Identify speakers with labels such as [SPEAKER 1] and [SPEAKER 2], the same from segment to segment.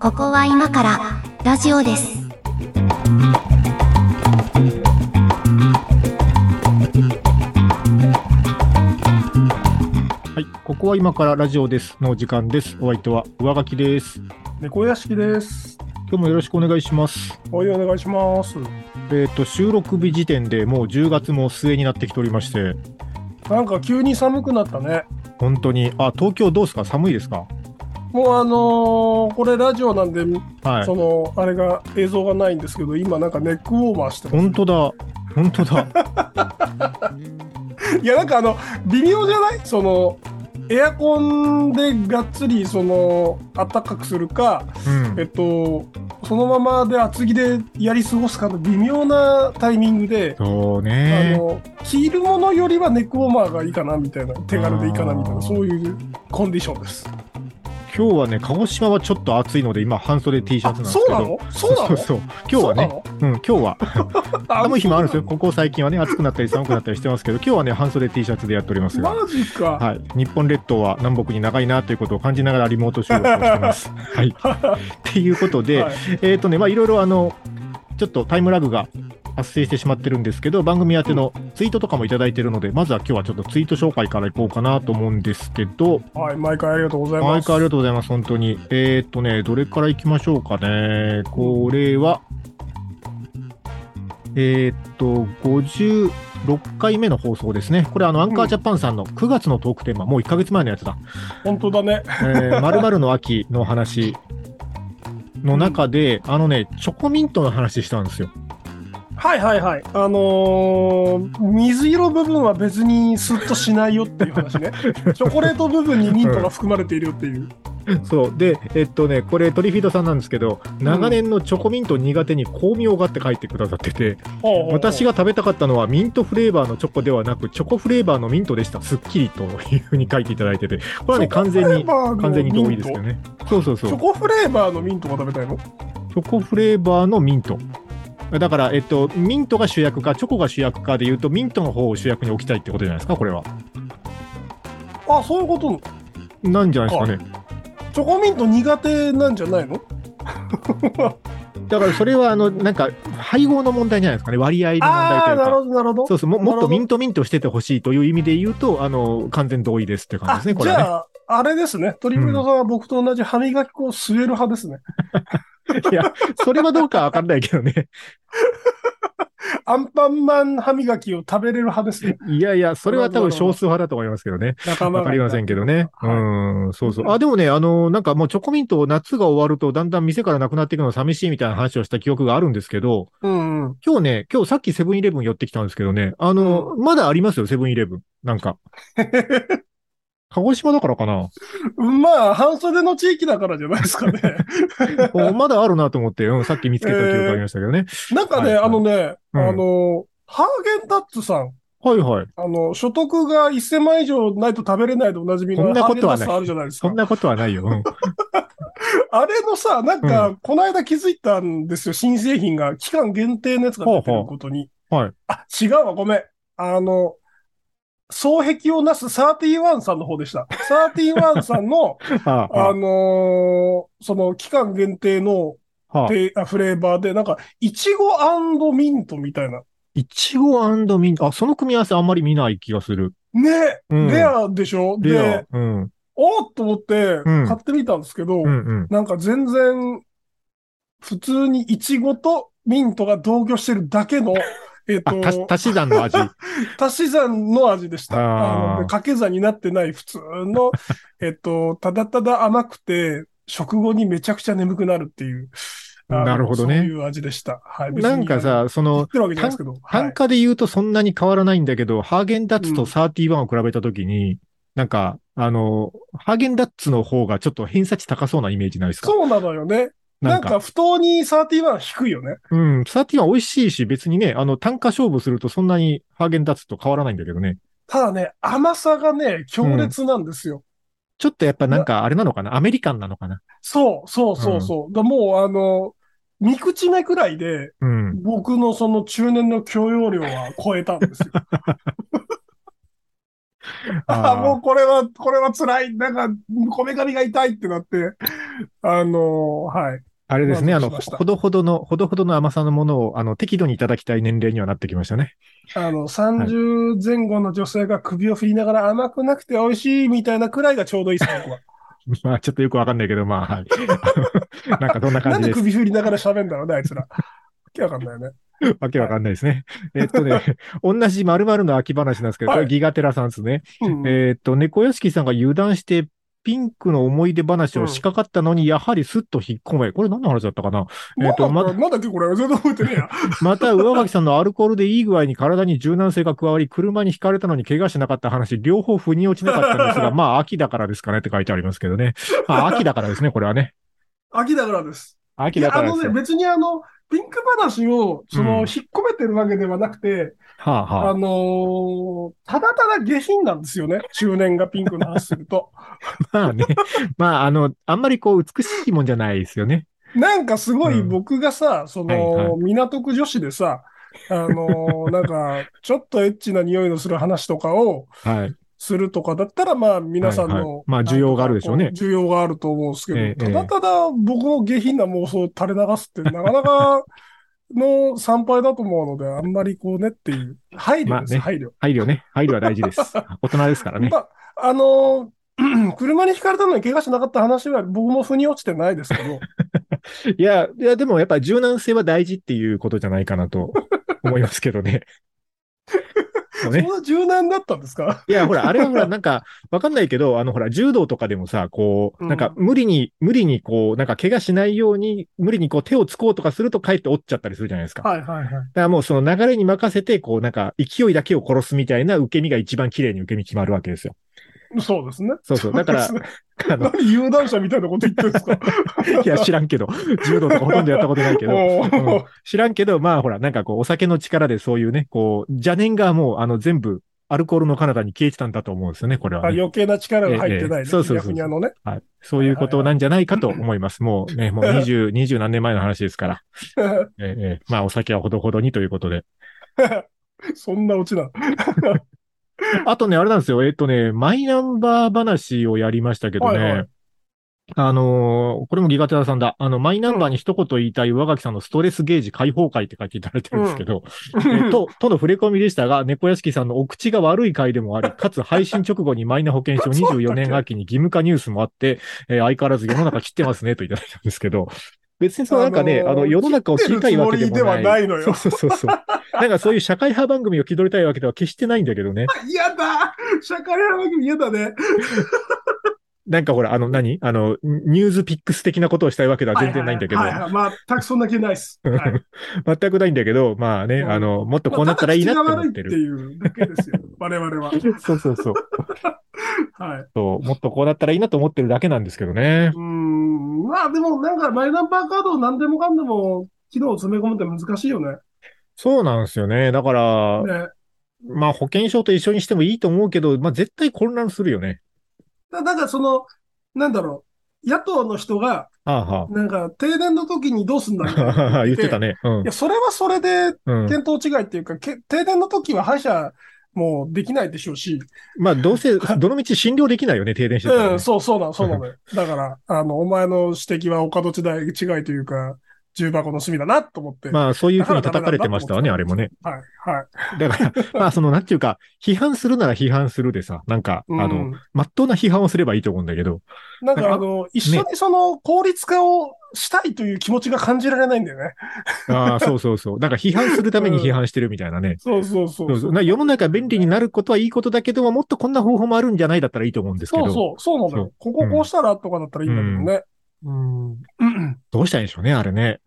[SPEAKER 1] ここは今からラジオです。
[SPEAKER 2] はい、ここは今からラジオですの時間です。お相手は上垣です。
[SPEAKER 3] 猫屋敷です。
[SPEAKER 2] 今日もよろしくお願いします。
[SPEAKER 3] はい、お願いします。
[SPEAKER 2] えっ、と収録日時点でもう10月も末になってきておりまして、
[SPEAKER 3] なんか急に寒くなったね。
[SPEAKER 2] 本当にあ東京どうですか寒いですか？
[SPEAKER 3] もうあのーこれラジオなんで、
[SPEAKER 2] はい
[SPEAKER 3] そ。の、あれが、映像がないんですけど、今なんかネックウォーマーして
[SPEAKER 2] 本当だ。本当だ。
[SPEAKER 3] いや、なんかあの、微妙じゃないその、エアコンでがっつり、その、暖かくするか、
[SPEAKER 2] うん
[SPEAKER 3] え。っと、そのままで厚着でやり過ごすかの微妙なタイミングで、
[SPEAKER 2] そう
[SPEAKER 3] あ
[SPEAKER 2] ね。
[SPEAKER 3] の着るものよりはネックウォーマーがいいかなみたいな手軽でいいかなみたい
[SPEAKER 2] あー
[SPEAKER 3] なそういうコンディションです。
[SPEAKER 2] 今日はね鹿児島はちょっと暑いので今半袖 T シャ
[SPEAKER 3] あ
[SPEAKER 2] ツなんですけ
[SPEAKER 3] そ
[SPEAKER 2] ど。
[SPEAKER 3] うなのそうな
[SPEAKER 2] そう
[SPEAKER 3] の
[SPEAKER 2] そう。今日はね、うん今日 は
[SPEAKER 3] そうなの
[SPEAKER 2] 寒い日もあるんですよ。ここ最近はね暑くなったり寒くなったりしてますけど、今日はね半袖 T シャツでやっておりますが。
[SPEAKER 3] マジか、
[SPEAKER 2] はい、日本列島は南北に長いなということを感じながらリモート収録をして ます。はい、っていうことで、
[SPEAKER 3] はい
[SPEAKER 2] えっ、とね、まあ、いろいろあの、ちょっとタイムラグが発生してしまってるんですけど、番組宛てのツイートとかもいただいてるので、まずは今日はちょっとツイート紹介からいこうかなと思うんですけど、
[SPEAKER 3] はい、毎回ありがとうござい
[SPEAKER 2] 毎
[SPEAKER 3] ます。
[SPEAKER 2] 回ありがとうございます、本当に。えっ、とね、どれからいきましょうかね。これは、えっ、と、56回目の放送ですね。これ、あの、アンカージャパンさんの9月のトークテーマ、もう1ヶ月前のやつだ。
[SPEAKER 3] 本当だね。
[SPEAKER 2] えー、 〇〇の秋の話の中で、あのね、チョコミントの話したんですよ。
[SPEAKER 3] はいはいはい。あのー水色部分は別にスッとしないよっていう話 ね。チョコレート部分にミントが含まれているよっていう。
[SPEAKER 2] そう。で、えっとね、これトリフィードさんなんですけど、長年のチョコミント苦手に巧妙がって書いてくださってて、 私
[SPEAKER 3] が
[SPEAKER 2] が食べたかったのはミントフレーバーのチョコではなく、チョコフレーバーのミントでした。すっきりというふうに書いていただいてて、これはね、完全に、完全に同意ですけど
[SPEAKER 3] ね。
[SPEAKER 2] ね。そうそうそう
[SPEAKER 3] チョ。コフレーバーのミントが食べたいの
[SPEAKER 2] チョコフレーバーのミント。だから、えっと、ミントが主役か、チョコが主役かで言うと、ミントの方を主役に置きたいってことじゃないですか、これは。
[SPEAKER 3] あ、そういうこと
[SPEAKER 2] なんじゃないですかね。
[SPEAKER 3] チョコミント苦手なんじゃないの
[SPEAKER 2] だからそれはあのなんか配合の問題じゃないですかね割合の問題
[SPEAKER 3] あ
[SPEAKER 2] と
[SPEAKER 3] あ
[SPEAKER 2] いう
[SPEAKER 3] ー、なる
[SPEAKER 2] か。
[SPEAKER 3] ほど、なるほど。
[SPEAKER 2] そうそうも
[SPEAKER 3] な
[SPEAKER 2] もっ
[SPEAKER 3] る
[SPEAKER 2] と
[SPEAKER 3] ほど
[SPEAKER 2] ミントミントしててほしいという意味で言うとあの完全同意ですって感じ
[SPEAKER 3] あ
[SPEAKER 2] ですねこ
[SPEAKER 3] じ
[SPEAKER 2] れはね。
[SPEAKER 3] ゃあ、あれですね。トリプルドさんは僕と同じ歯磨き粉を吸える派ですね。
[SPEAKER 2] いやそれはどうかわかんないけどね。
[SPEAKER 3] アンパンマン歯磨きを食べれる派ですね。
[SPEAKER 2] いやいやそれは多分少数派だと思いますけどね。
[SPEAKER 3] 仲間
[SPEAKER 2] わ
[SPEAKER 3] が
[SPEAKER 2] かりませんけどね。う
[SPEAKER 3] はい
[SPEAKER 2] ん、そうそう。あ、でもね、あの、なんかもうチョコミント夏が終わるとだんだん店からなくなっていくの寂しいみたいな話をした記憶があるんですけど、
[SPEAKER 3] うんうん。
[SPEAKER 2] 今日ね、今日さっきセブンイレブン寄ってきたんですけどね、あの、まだありますよ、セブンイレブン。なん か。鹿児島だからかな。
[SPEAKER 3] まあ、半袖の地域だからじゃないで すかね。
[SPEAKER 2] おまだあるなと思って、うん、さっき見つけた記憶ありましたけど ね。
[SPEAKER 3] なんか
[SPEAKER 2] はい
[SPEAKER 3] ね、
[SPEAKER 2] はい
[SPEAKER 3] あのね、
[SPEAKER 2] うん
[SPEAKER 3] あの、ハーゲンダッツさん、
[SPEAKER 2] はいはい。
[SPEAKER 3] あの、所得が1000万円以上ないと食べれないでおなじみの
[SPEAKER 2] そんな
[SPEAKER 3] ハ
[SPEAKER 2] こ
[SPEAKER 3] ーゲン
[SPEAKER 2] とはない
[SPEAKER 3] ダッツさんあるじゃないです
[SPEAKER 2] そ
[SPEAKER 3] か
[SPEAKER 2] ん。なことはないよ。 うん
[SPEAKER 3] あれのさ、なん
[SPEAKER 2] う
[SPEAKER 3] か、この間気づいたんですよ。新製品が、期間限定のやつが出てることに。
[SPEAKER 2] ほうほうはい
[SPEAKER 3] あ、違うわ、ごめん。あの、双璧をなす31さんの方でした。31さんの、
[SPEAKER 2] あ
[SPEAKER 3] あのーその期間限定の
[SPEAKER 2] あ、はあ。
[SPEAKER 3] てあフレーバーで、なんか、いちごミントみたいな。
[SPEAKER 2] いちごミント。あ、その組み合わせあんまり見ない気がする。
[SPEAKER 3] ね、
[SPEAKER 2] うん
[SPEAKER 3] レアでしょ
[SPEAKER 2] レア
[SPEAKER 3] で、。
[SPEAKER 2] うん。うん
[SPEAKER 3] おーっと思って
[SPEAKER 2] ん
[SPEAKER 3] 買ってみたんですけど、
[SPEAKER 2] うん。
[SPEAKER 3] なんか全然、普通にイチゴとミントが同居してるだ けの、えっ、
[SPEAKER 2] あ、たし
[SPEAKER 3] と、
[SPEAKER 2] 足し算の味。
[SPEAKER 3] 足し算の味でした。
[SPEAKER 2] あー
[SPEAKER 3] あの掛け算になってない普通 の、えっと、ただただ甘くて、食後にめちゃくちゃ眠くなるっていう。あの
[SPEAKER 2] なるほどね
[SPEAKER 3] そういう味でした。はい。別に
[SPEAKER 2] なんか、さ、そ
[SPEAKER 3] 言っ
[SPEAKER 2] の、
[SPEAKER 3] てるわけじゃないですけど。は
[SPEAKER 2] 単
[SPEAKER 3] い、
[SPEAKER 2] 価で言うとそんなに変わらないんだけど、ハーゲンダッツ
[SPEAKER 3] う
[SPEAKER 2] と
[SPEAKER 3] ん
[SPEAKER 2] 31を比べたときに、なんか、あの、ハーゲンダッツの方がちょっと偏差値高そうなイメージないですか
[SPEAKER 3] そうなのよね。
[SPEAKER 2] な
[SPEAKER 3] なんん
[SPEAKER 2] か
[SPEAKER 3] か、不当に31低いよね。
[SPEAKER 2] うん、31は美味しいし、別にね、あの、単価勝負するとそんなにハーゲンダッツと変わらないんだけどね。
[SPEAKER 3] ただね、甘さがね、強烈なんですよ。
[SPEAKER 2] ちょっとやっぱなんかあれなのかなアメリカンなのかな
[SPEAKER 3] そう、そうそうそう。だもう、あの、三口目くらいで、
[SPEAKER 2] うん。
[SPEAKER 3] 僕のその中年の許容量は超えたんですよ。
[SPEAKER 2] あ
[SPEAKER 3] あ
[SPEAKER 2] ー
[SPEAKER 3] もうこれは、これは辛い。なんか、こめかみが痛いってなって、あのーはい。
[SPEAKER 2] あれですね、あ
[SPEAKER 3] 満
[SPEAKER 2] の、
[SPEAKER 3] 足しました
[SPEAKER 2] ほどほどの、ほどほどの甘さのものを、あの、適度にいただきたい年齢にはなってきましたね。
[SPEAKER 3] あの、30前後の女性が首を振りながら甘くなくて美味しいみたいなくらいがちょうどいいですね、僕は。
[SPEAKER 2] まあ、ちょっとよくわかんないけど、まあ、はい。 なんかどんな
[SPEAKER 3] な
[SPEAKER 2] 感
[SPEAKER 3] ん
[SPEAKER 2] じ
[SPEAKER 3] で
[SPEAKER 2] です。
[SPEAKER 3] 首振りながら喋んだろうね、あい つら。わけわかんないよね。
[SPEAKER 2] わけわかんないですね。えっと ね、同じ〇〇の秋話なんですけど、これ
[SPEAKER 3] はい
[SPEAKER 2] ギガテラさんですね。
[SPEAKER 3] うん
[SPEAKER 2] えっと、猫屋敷さんが油断して、ピンクの思い出話を仕掛かったのに、やはりスッと引っ込め。これ何の話だったかなえっと
[SPEAKER 3] なん
[SPEAKER 2] ま
[SPEAKER 3] だなんだっけ、これ。全然覚えてねえや。
[SPEAKER 2] また、上垣さんのアルコールでいい具合に体に柔軟性が加わり、車に轢かれたのに怪我しなかった話、両方腑に落ちなかったんです が、まあ、秋だからですかねって書いてありますけどね。あ、秋だからですね、これはね。
[SPEAKER 3] 秋だからです。
[SPEAKER 2] 秋だから
[SPEAKER 3] いや
[SPEAKER 2] で
[SPEAKER 3] あ
[SPEAKER 2] す
[SPEAKER 3] の
[SPEAKER 2] よ。
[SPEAKER 3] ね、別にあの、ピンク話を、その、
[SPEAKER 2] うん
[SPEAKER 3] 引っ込めてるわけではなくて、
[SPEAKER 2] はあは
[SPEAKER 3] あ
[SPEAKER 2] あ。
[SPEAKER 3] のーただただ下品なんですよね。中年がピンクの話すると。
[SPEAKER 2] まあね。まあ、あの、あんまりこう、美しいもんじゃないですよね。
[SPEAKER 3] なんかすご
[SPEAKER 2] う
[SPEAKER 3] い
[SPEAKER 2] ん
[SPEAKER 3] 僕がさ、その、
[SPEAKER 2] はいは
[SPEAKER 3] 港区女子でさ、あのーなんか、ちょっとエッチな匂いのする話とかを
[SPEAKER 2] はい。
[SPEAKER 3] するとかだったら、まあ皆さん
[SPEAKER 2] はいはい
[SPEAKER 3] の、
[SPEAKER 2] まあ需要があるでしょうね
[SPEAKER 3] 需要があると思うんですけど、
[SPEAKER 2] ええ
[SPEAKER 3] ただただ僕の下品な妄想を垂れ流すってなか なかの参拝だと思うので、あんまりこうねっていう、配慮です、
[SPEAKER 2] まあね
[SPEAKER 3] 配慮。
[SPEAKER 2] 配慮ね。配慮は大事です。大人ですからね。
[SPEAKER 3] まあ、あの ー車にひかれたのに怪我しなかった話は僕も腑に落ちてな いですけど、
[SPEAKER 2] いや、いや、でもやっぱ柔軟性は大事っていうことじゃないかなと思いますけどね。そう
[SPEAKER 3] そ
[SPEAKER 2] ね
[SPEAKER 3] ん。な柔軟だったんですか
[SPEAKER 2] いや、ほら、あれはほら、なんか、わかんないけど、あの、ほら、柔道とかでもさ、こう、
[SPEAKER 3] うん
[SPEAKER 2] なんか、無理に、無理に、こう、なんか、怪我しないように、無理に、こう、手をつこうとかすると、かえって折っちゃったりするじゃないですか。だか
[SPEAKER 3] はいはいはい。
[SPEAKER 2] らもう、その流れに任せて、こう、なんか、勢いだけを殺すみたいな受け身が一番綺麗に受け身決まるわけですよ。
[SPEAKER 3] そうですね。
[SPEAKER 2] そうそうだから
[SPEAKER 3] そうですね
[SPEAKER 2] あの、
[SPEAKER 3] 何有段者みたいなこと言ってるんですか
[SPEAKER 2] いや、知らんけど、柔道とかほとんどやったことないけど、
[SPEAKER 3] お
[SPEAKER 2] うん
[SPEAKER 3] ー
[SPEAKER 2] 知らんけど、まあほら、なんかこう、お酒の力でそういうね、こう、邪念がもう、あの、全部、アルコールの彼方に消えてたんだと思うんですよね、これ
[SPEAKER 3] あ
[SPEAKER 2] はね、
[SPEAKER 3] 余計な力が入ってない
[SPEAKER 2] ええ
[SPEAKER 3] ね。
[SPEAKER 2] そうそうそう
[SPEAKER 3] ふにゃふにゃのね。
[SPEAKER 2] はい。そういうことなんじゃないかと思います。もうね、もう20、20何年前の話ですから。ええええまあ、お酒はほどほどにということで。
[SPEAKER 3] そんなオチなの。
[SPEAKER 2] あとね、あれなんですよ。えっとね、マイナンバー話をやりましたけどね。
[SPEAKER 3] はいはい
[SPEAKER 2] あのーこれもギガテラさんだ。あの、マイナンバーに一言言いたい上垣さんのストレスゲージ解放会って書いていただいてるんですけど、えっ と、との触れ込みでしたが、猫屋敷さんのお口が悪い回でもあり、かつ配信直後にマイナ保 険証24年秋に義務化ニュースもあって、えー相変わらず世の中切ってますね、といただいたんですけど、別にそのなんかね、あ
[SPEAKER 3] あのー
[SPEAKER 2] の、世の中を知りたいわけでもない。
[SPEAKER 3] 切ってるつもりではないのよ
[SPEAKER 2] そうそうそうそう。なんかそういう社会派番組を気取りたいわけでは決してないんだけどね。
[SPEAKER 3] 嫌だ社会派番組嫌だね。
[SPEAKER 2] なんかほら、あの何、あの、ニュースピックス的なことをしたいわけでは全然ないんだけど、
[SPEAKER 3] はいはいはいはい全くそんな気ない っす。はい
[SPEAKER 2] 全くないんだけど、まあね、
[SPEAKER 3] うん
[SPEAKER 2] あの、もっとこうなったらいいなって思ってる。
[SPEAKER 3] まあただ口が悪いっていうだけですよ。我々は。
[SPEAKER 2] そうそうそう
[SPEAKER 3] はい。
[SPEAKER 2] そう。もっとこうなったらいいなと思ってるだけなんですけどね。
[SPEAKER 3] うーん。まあでも、なんかマイナンバーカードを何でもかんでも、機能を詰め込むって難しいよね。
[SPEAKER 2] そうなんですよね。だから、
[SPEAKER 3] ね
[SPEAKER 2] まあ保険証と一緒にしてもいいと思うけど、まあ絶対混乱するよね。
[SPEAKER 3] だなんかその、なんだろう。野党の人が、
[SPEAKER 2] ああは
[SPEAKER 3] なんか、定年の時にどうすんだみたいな
[SPEAKER 2] あ。 言ってたね。うん
[SPEAKER 3] いや、それはそれで、
[SPEAKER 2] うん。
[SPEAKER 3] 見当違いっていうか、け停電の時は歯医者もできないでしょうし、
[SPEAKER 2] まあどうせ、どのみち診療できないよね、停電してたらね、
[SPEAKER 3] うん、そう、そうなの、そうなのよ。だから、あの、お前の指摘はお門違い違いというか、重箱の隅だなと思って。
[SPEAKER 2] まあそういうふうに叩かれてましたわね、あれもね。
[SPEAKER 3] はい、はい。
[SPEAKER 2] だから、まあその、なんていうか、批判するなら批判するでさ、なんか、あ
[SPEAKER 3] うん
[SPEAKER 2] の、まっとうな批判をすればいいと思うんだけ ど、
[SPEAKER 3] なん
[SPEAKER 2] なん
[SPEAKER 3] か、
[SPEAKER 2] か
[SPEAKER 3] あの、一緒にその、効率化をしたいという気持ちが感じられないんだよね。
[SPEAKER 2] ああ、そうそうそう。なんか批判するために批判してるみたいなね。
[SPEAKER 3] そうそうそ
[SPEAKER 2] そうそうな世の中便利になることはいいことだけども、もっとこんな方法もあるんじゃないだったらいいと思うんですけ
[SPEAKER 3] そ
[SPEAKER 2] ど、
[SPEAKER 3] うそう、そうなのよ。こここうしたらとかだったらいいんだけどね。うん。
[SPEAKER 2] どうしたらいいんでしょうね、あれね。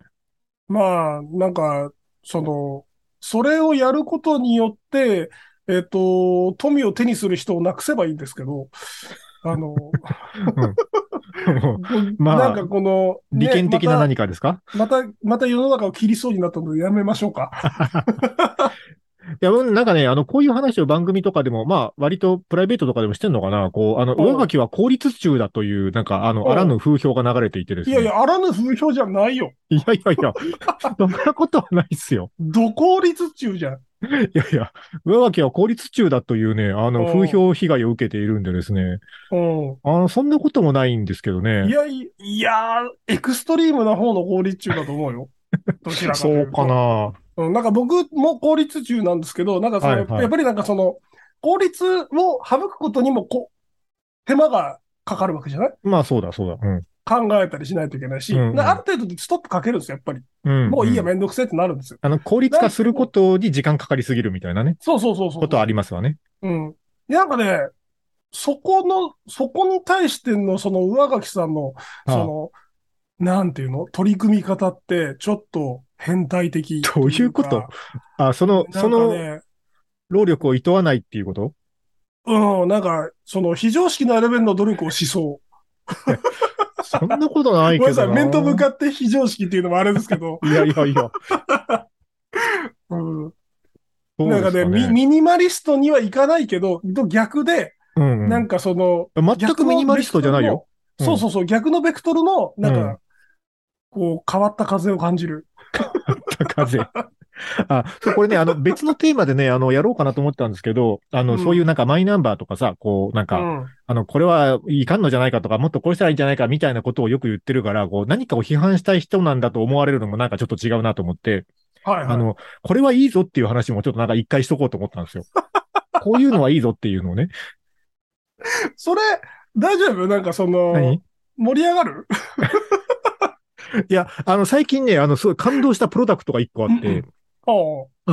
[SPEAKER 3] まあ、なんか、その、それをやることによって、えっと、富を手にする人をなくせばいいんですけど、あの、
[SPEAKER 2] まあ
[SPEAKER 3] なんかこの、ね
[SPEAKER 2] 利権的な何かですか、
[SPEAKER 3] また、また、また世の中を切りそうになったのでやめましょうか。
[SPEAKER 2] や、うんなんかね、あの、こういう話を番組とかでも、まあ、割とプライベートとかでもしてんのかな。こう、あの、
[SPEAKER 3] うん
[SPEAKER 2] 上書きは効率中だという、なんか、あ
[SPEAKER 3] うん
[SPEAKER 2] の、あらぬ風評が流れていてです
[SPEAKER 3] い
[SPEAKER 2] ね。
[SPEAKER 3] やいや、あらぬ風評じゃないよ。
[SPEAKER 2] いやいやいや、そんなことはないっすよ。
[SPEAKER 3] ど効率中じゃん。
[SPEAKER 2] いやいや、上書きは効率中だというね、あの、
[SPEAKER 3] お
[SPEAKER 2] 風評被害を受けているんでですね。
[SPEAKER 3] う
[SPEAKER 2] あの、そんなこともないんですけど
[SPEAKER 3] ん。い
[SPEAKER 2] ね。
[SPEAKER 3] やい、いやー、エクストリームな方の効率中だと思うよ。どちらかと
[SPEAKER 2] そ
[SPEAKER 3] いうと
[SPEAKER 2] か。な。
[SPEAKER 3] うん、なんか僕も効率中なんですけど、なんかその、
[SPEAKER 2] はいはい
[SPEAKER 3] やっぱりなんかその、効率を省くことにもこ、手間がかかるわけじゃない
[SPEAKER 2] まあ、そうだ、そうだ。うん。
[SPEAKER 3] 考えたりしないといけないし、
[SPEAKER 2] うんうん
[SPEAKER 3] なある程度でストップかけるんですよ、やっぱり。
[SPEAKER 2] うん、
[SPEAKER 3] もういいや、
[SPEAKER 2] ん
[SPEAKER 3] めんどくせえってなるんですよ。
[SPEAKER 2] あの、効率化することに時間かかりすぎるみたいなね、
[SPEAKER 3] そうそうそうそう。
[SPEAKER 2] ことありますわね。
[SPEAKER 3] うん。でなんかね、そこの、そこに対しての、その上垣さんの、そ
[SPEAKER 2] ああ
[SPEAKER 3] の、なんていうの取り組み方って、ちょっと変態的
[SPEAKER 2] どういうことあ、その、
[SPEAKER 3] そ
[SPEAKER 2] そ
[SPEAKER 3] の、
[SPEAKER 2] の
[SPEAKER 3] なんかね
[SPEAKER 2] 労力を厭わないっていうこと
[SPEAKER 3] うん、なんか、その、非常識なレベルの努力をしそう。
[SPEAKER 2] そんなことない
[SPEAKER 3] ごめん
[SPEAKER 2] け
[SPEAKER 3] なさ
[SPEAKER 2] ど
[SPEAKER 3] い、
[SPEAKER 2] な。
[SPEAKER 3] 面と向かって非常識っていうのもあれですけど、
[SPEAKER 2] いやいやい や。
[SPEAKER 3] うん、
[SPEAKER 2] そう
[SPEAKER 3] なんか
[SPEAKER 2] です
[SPEAKER 3] ねミ、ミニマリストにはいかないけど、逆で、
[SPEAKER 2] うんうん
[SPEAKER 3] なんかその、
[SPEAKER 2] 全くミニマリストじゃないよ。
[SPEAKER 3] 逆のベクトルの。
[SPEAKER 2] うん
[SPEAKER 3] そうそうそう、逆のベクトルの、なんか、
[SPEAKER 2] うん
[SPEAKER 3] こう、変わった風を感じる。
[SPEAKER 2] 風。あ、そう、これね、あの、別のテーマでね、あの、やろうかなと思ったんですけど、あの、
[SPEAKER 3] うん
[SPEAKER 2] そういうなんかマイナンバーとかさ、こう、なん
[SPEAKER 3] う
[SPEAKER 2] か、
[SPEAKER 3] ん。
[SPEAKER 2] あの、これはいかんのじゃないかとか、もっとこうしたらいいんじゃないかみたいなことをよく言ってるから、こう、何かを批判したい人なんだと思われるのもなんかちょっと違うなと思って、
[SPEAKER 3] はい、はい。
[SPEAKER 2] あの、これはいいぞっていう話もちょっとなんか一回しとこうと思ったんです よ。こういうのはいいぞっていうのをね。
[SPEAKER 3] それ、大丈夫なんかその
[SPEAKER 2] 何、
[SPEAKER 3] 盛り上がる
[SPEAKER 2] いや、あの、最近ね、あの、すごい感動したプロダクトが一個あっ
[SPEAKER 3] うんう
[SPEAKER 2] て、
[SPEAKER 3] あ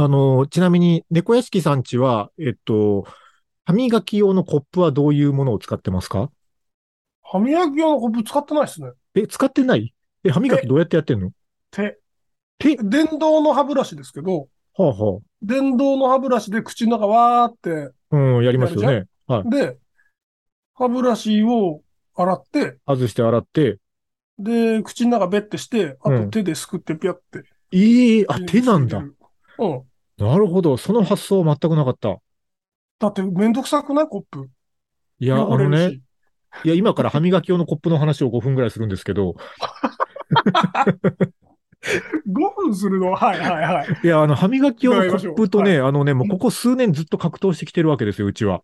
[SPEAKER 3] あ
[SPEAKER 2] あの、ちなみに、猫屋敷さんちは、えっと、歯磨き用のコップはどういうものを使ってますか
[SPEAKER 3] 歯磨き用のコップ使ってないですね。
[SPEAKER 2] え、使ってないえ、歯磨きどうやってやってんの
[SPEAKER 3] 手。
[SPEAKER 2] 手
[SPEAKER 3] 電動の歯ブラシですけど、
[SPEAKER 2] はあは
[SPEAKER 3] 電動の歯ブラシで口の中わーって、
[SPEAKER 2] あ。うん、やりますよね。はい。
[SPEAKER 3] で、歯ブラシを洗って、
[SPEAKER 2] 外して洗って。
[SPEAKER 3] で、口の中ベッてして、あ
[SPEAKER 2] う
[SPEAKER 3] と
[SPEAKER 2] ん
[SPEAKER 3] 手ですくってピャって。
[SPEAKER 2] ええあ、手なんだ
[SPEAKER 3] う。ん。
[SPEAKER 2] なるほど。その発想全くなかった。
[SPEAKER 3] だってめんどくさくないコップ。
[SPEAKER 2] いや、あ
[SPEAKER 3] 汚れ
[SPEAKER 2] の
[SPEAKER 3] るし
[SPEAKER 2] ね、いや、今から歯磨き用のコップの話を5分ぐらいするんですけど、
[SPEAKER 3] 5分するのはいはいはい。
[SPEAKER 2] いや、あの、歯磨き用のコップと
[SPEAKER 3] 伺い
[SPEAKER 2] ね、あのね、もうここ数年ずっと格闘してきてるわけですよ、うちは。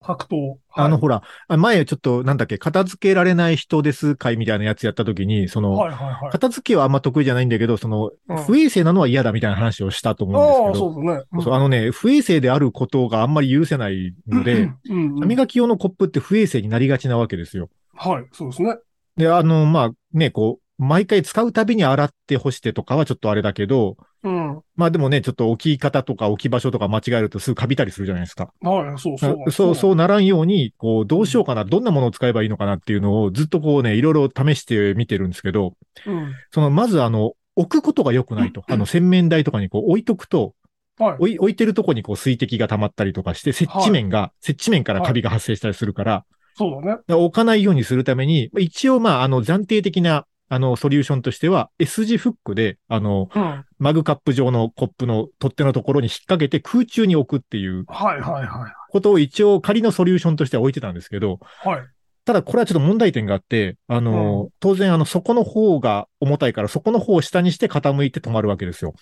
[SPEAKER 3] 白桃。
[SPEAKER 2] あの、ほら、あ前ちょっと、なんだっけ、片付けられない人です会みたいなやつやった時に、その、
[SPEAKER 3] はいはいはい。
[SPEAKER 2] 片付けはあんま得意じゃないんだけど、その、
[SPEAKER 3] うん
[SPEAKER 2] 不衛生なのは嫌だみたいな話をしたと思うん
[SPEAKER 3] ああ、
[SPEAKER 2] ですけ
[SPEAKER 3] そ
[SPEAKER 2] ど、
[SPEAKER 3] うだね。
[SPEAKER 2] そうあのね、不衛生であることがあんまり許せないので、
[SPEAKER 3] うん、うん
[SPEAKER 2] 歯磨き用のコップって不衛生になりがちなわけですよ。
[SPEAKER 3] はい、そうですね。
[SPEAKER 2] で、あの、まあ、ね、こう、毎回使うたびに洗って干してとかはちょっとあれだけど、
[SPEAKER 3] うん。は
[SPEAKER 2] まあでもね、ちょっと置き方とか置き場所とか間違えるとすぐカビたりするじゃないですか。
[SPEAKER 3] い、そうそ。
[SPEAKER 2] そうう、そうならんように、こう、どうしようかな、どんなものを使えばいいのかなっていうのをずっとこうね、いろいろ試してみてるんですけど、
[SPEAKER 3] うん。
[SPEAKER 2] その、まずあの、置くことが良くないと。あの、洗面台とかにこう置いとくと、
[SPEAKER 3] はい。
[SPEAKER 2] 置い置いてるとこにこう水滴が溜まったりとかして、接地面が、接地面からカビが発生したりするから、
[SPEAKER 3] そうだね。
[SPEAKER 2] だから置かないようにするために、まあ一応まあ、あの、暫定的な、あの、ソリューションとしては、S 字フックで、あの、
[SPEAKER 3] うん。はい
[SPEAKER 2] マグカップ状のコップの取っ手のところに引っ掛けて空中に置くっていう
[SPEAKER 3] はいは
[SPEAKER 2] ことを一応仮のソリューションとしては置いてたんですけど、
[SPEAKER 3] い。はい。
[SPEAKER 2] ただこれはちょっと問題点があって、あの、当然あの、底の方が重たいから、そこの方を下にして傾いて止まるわけですよ。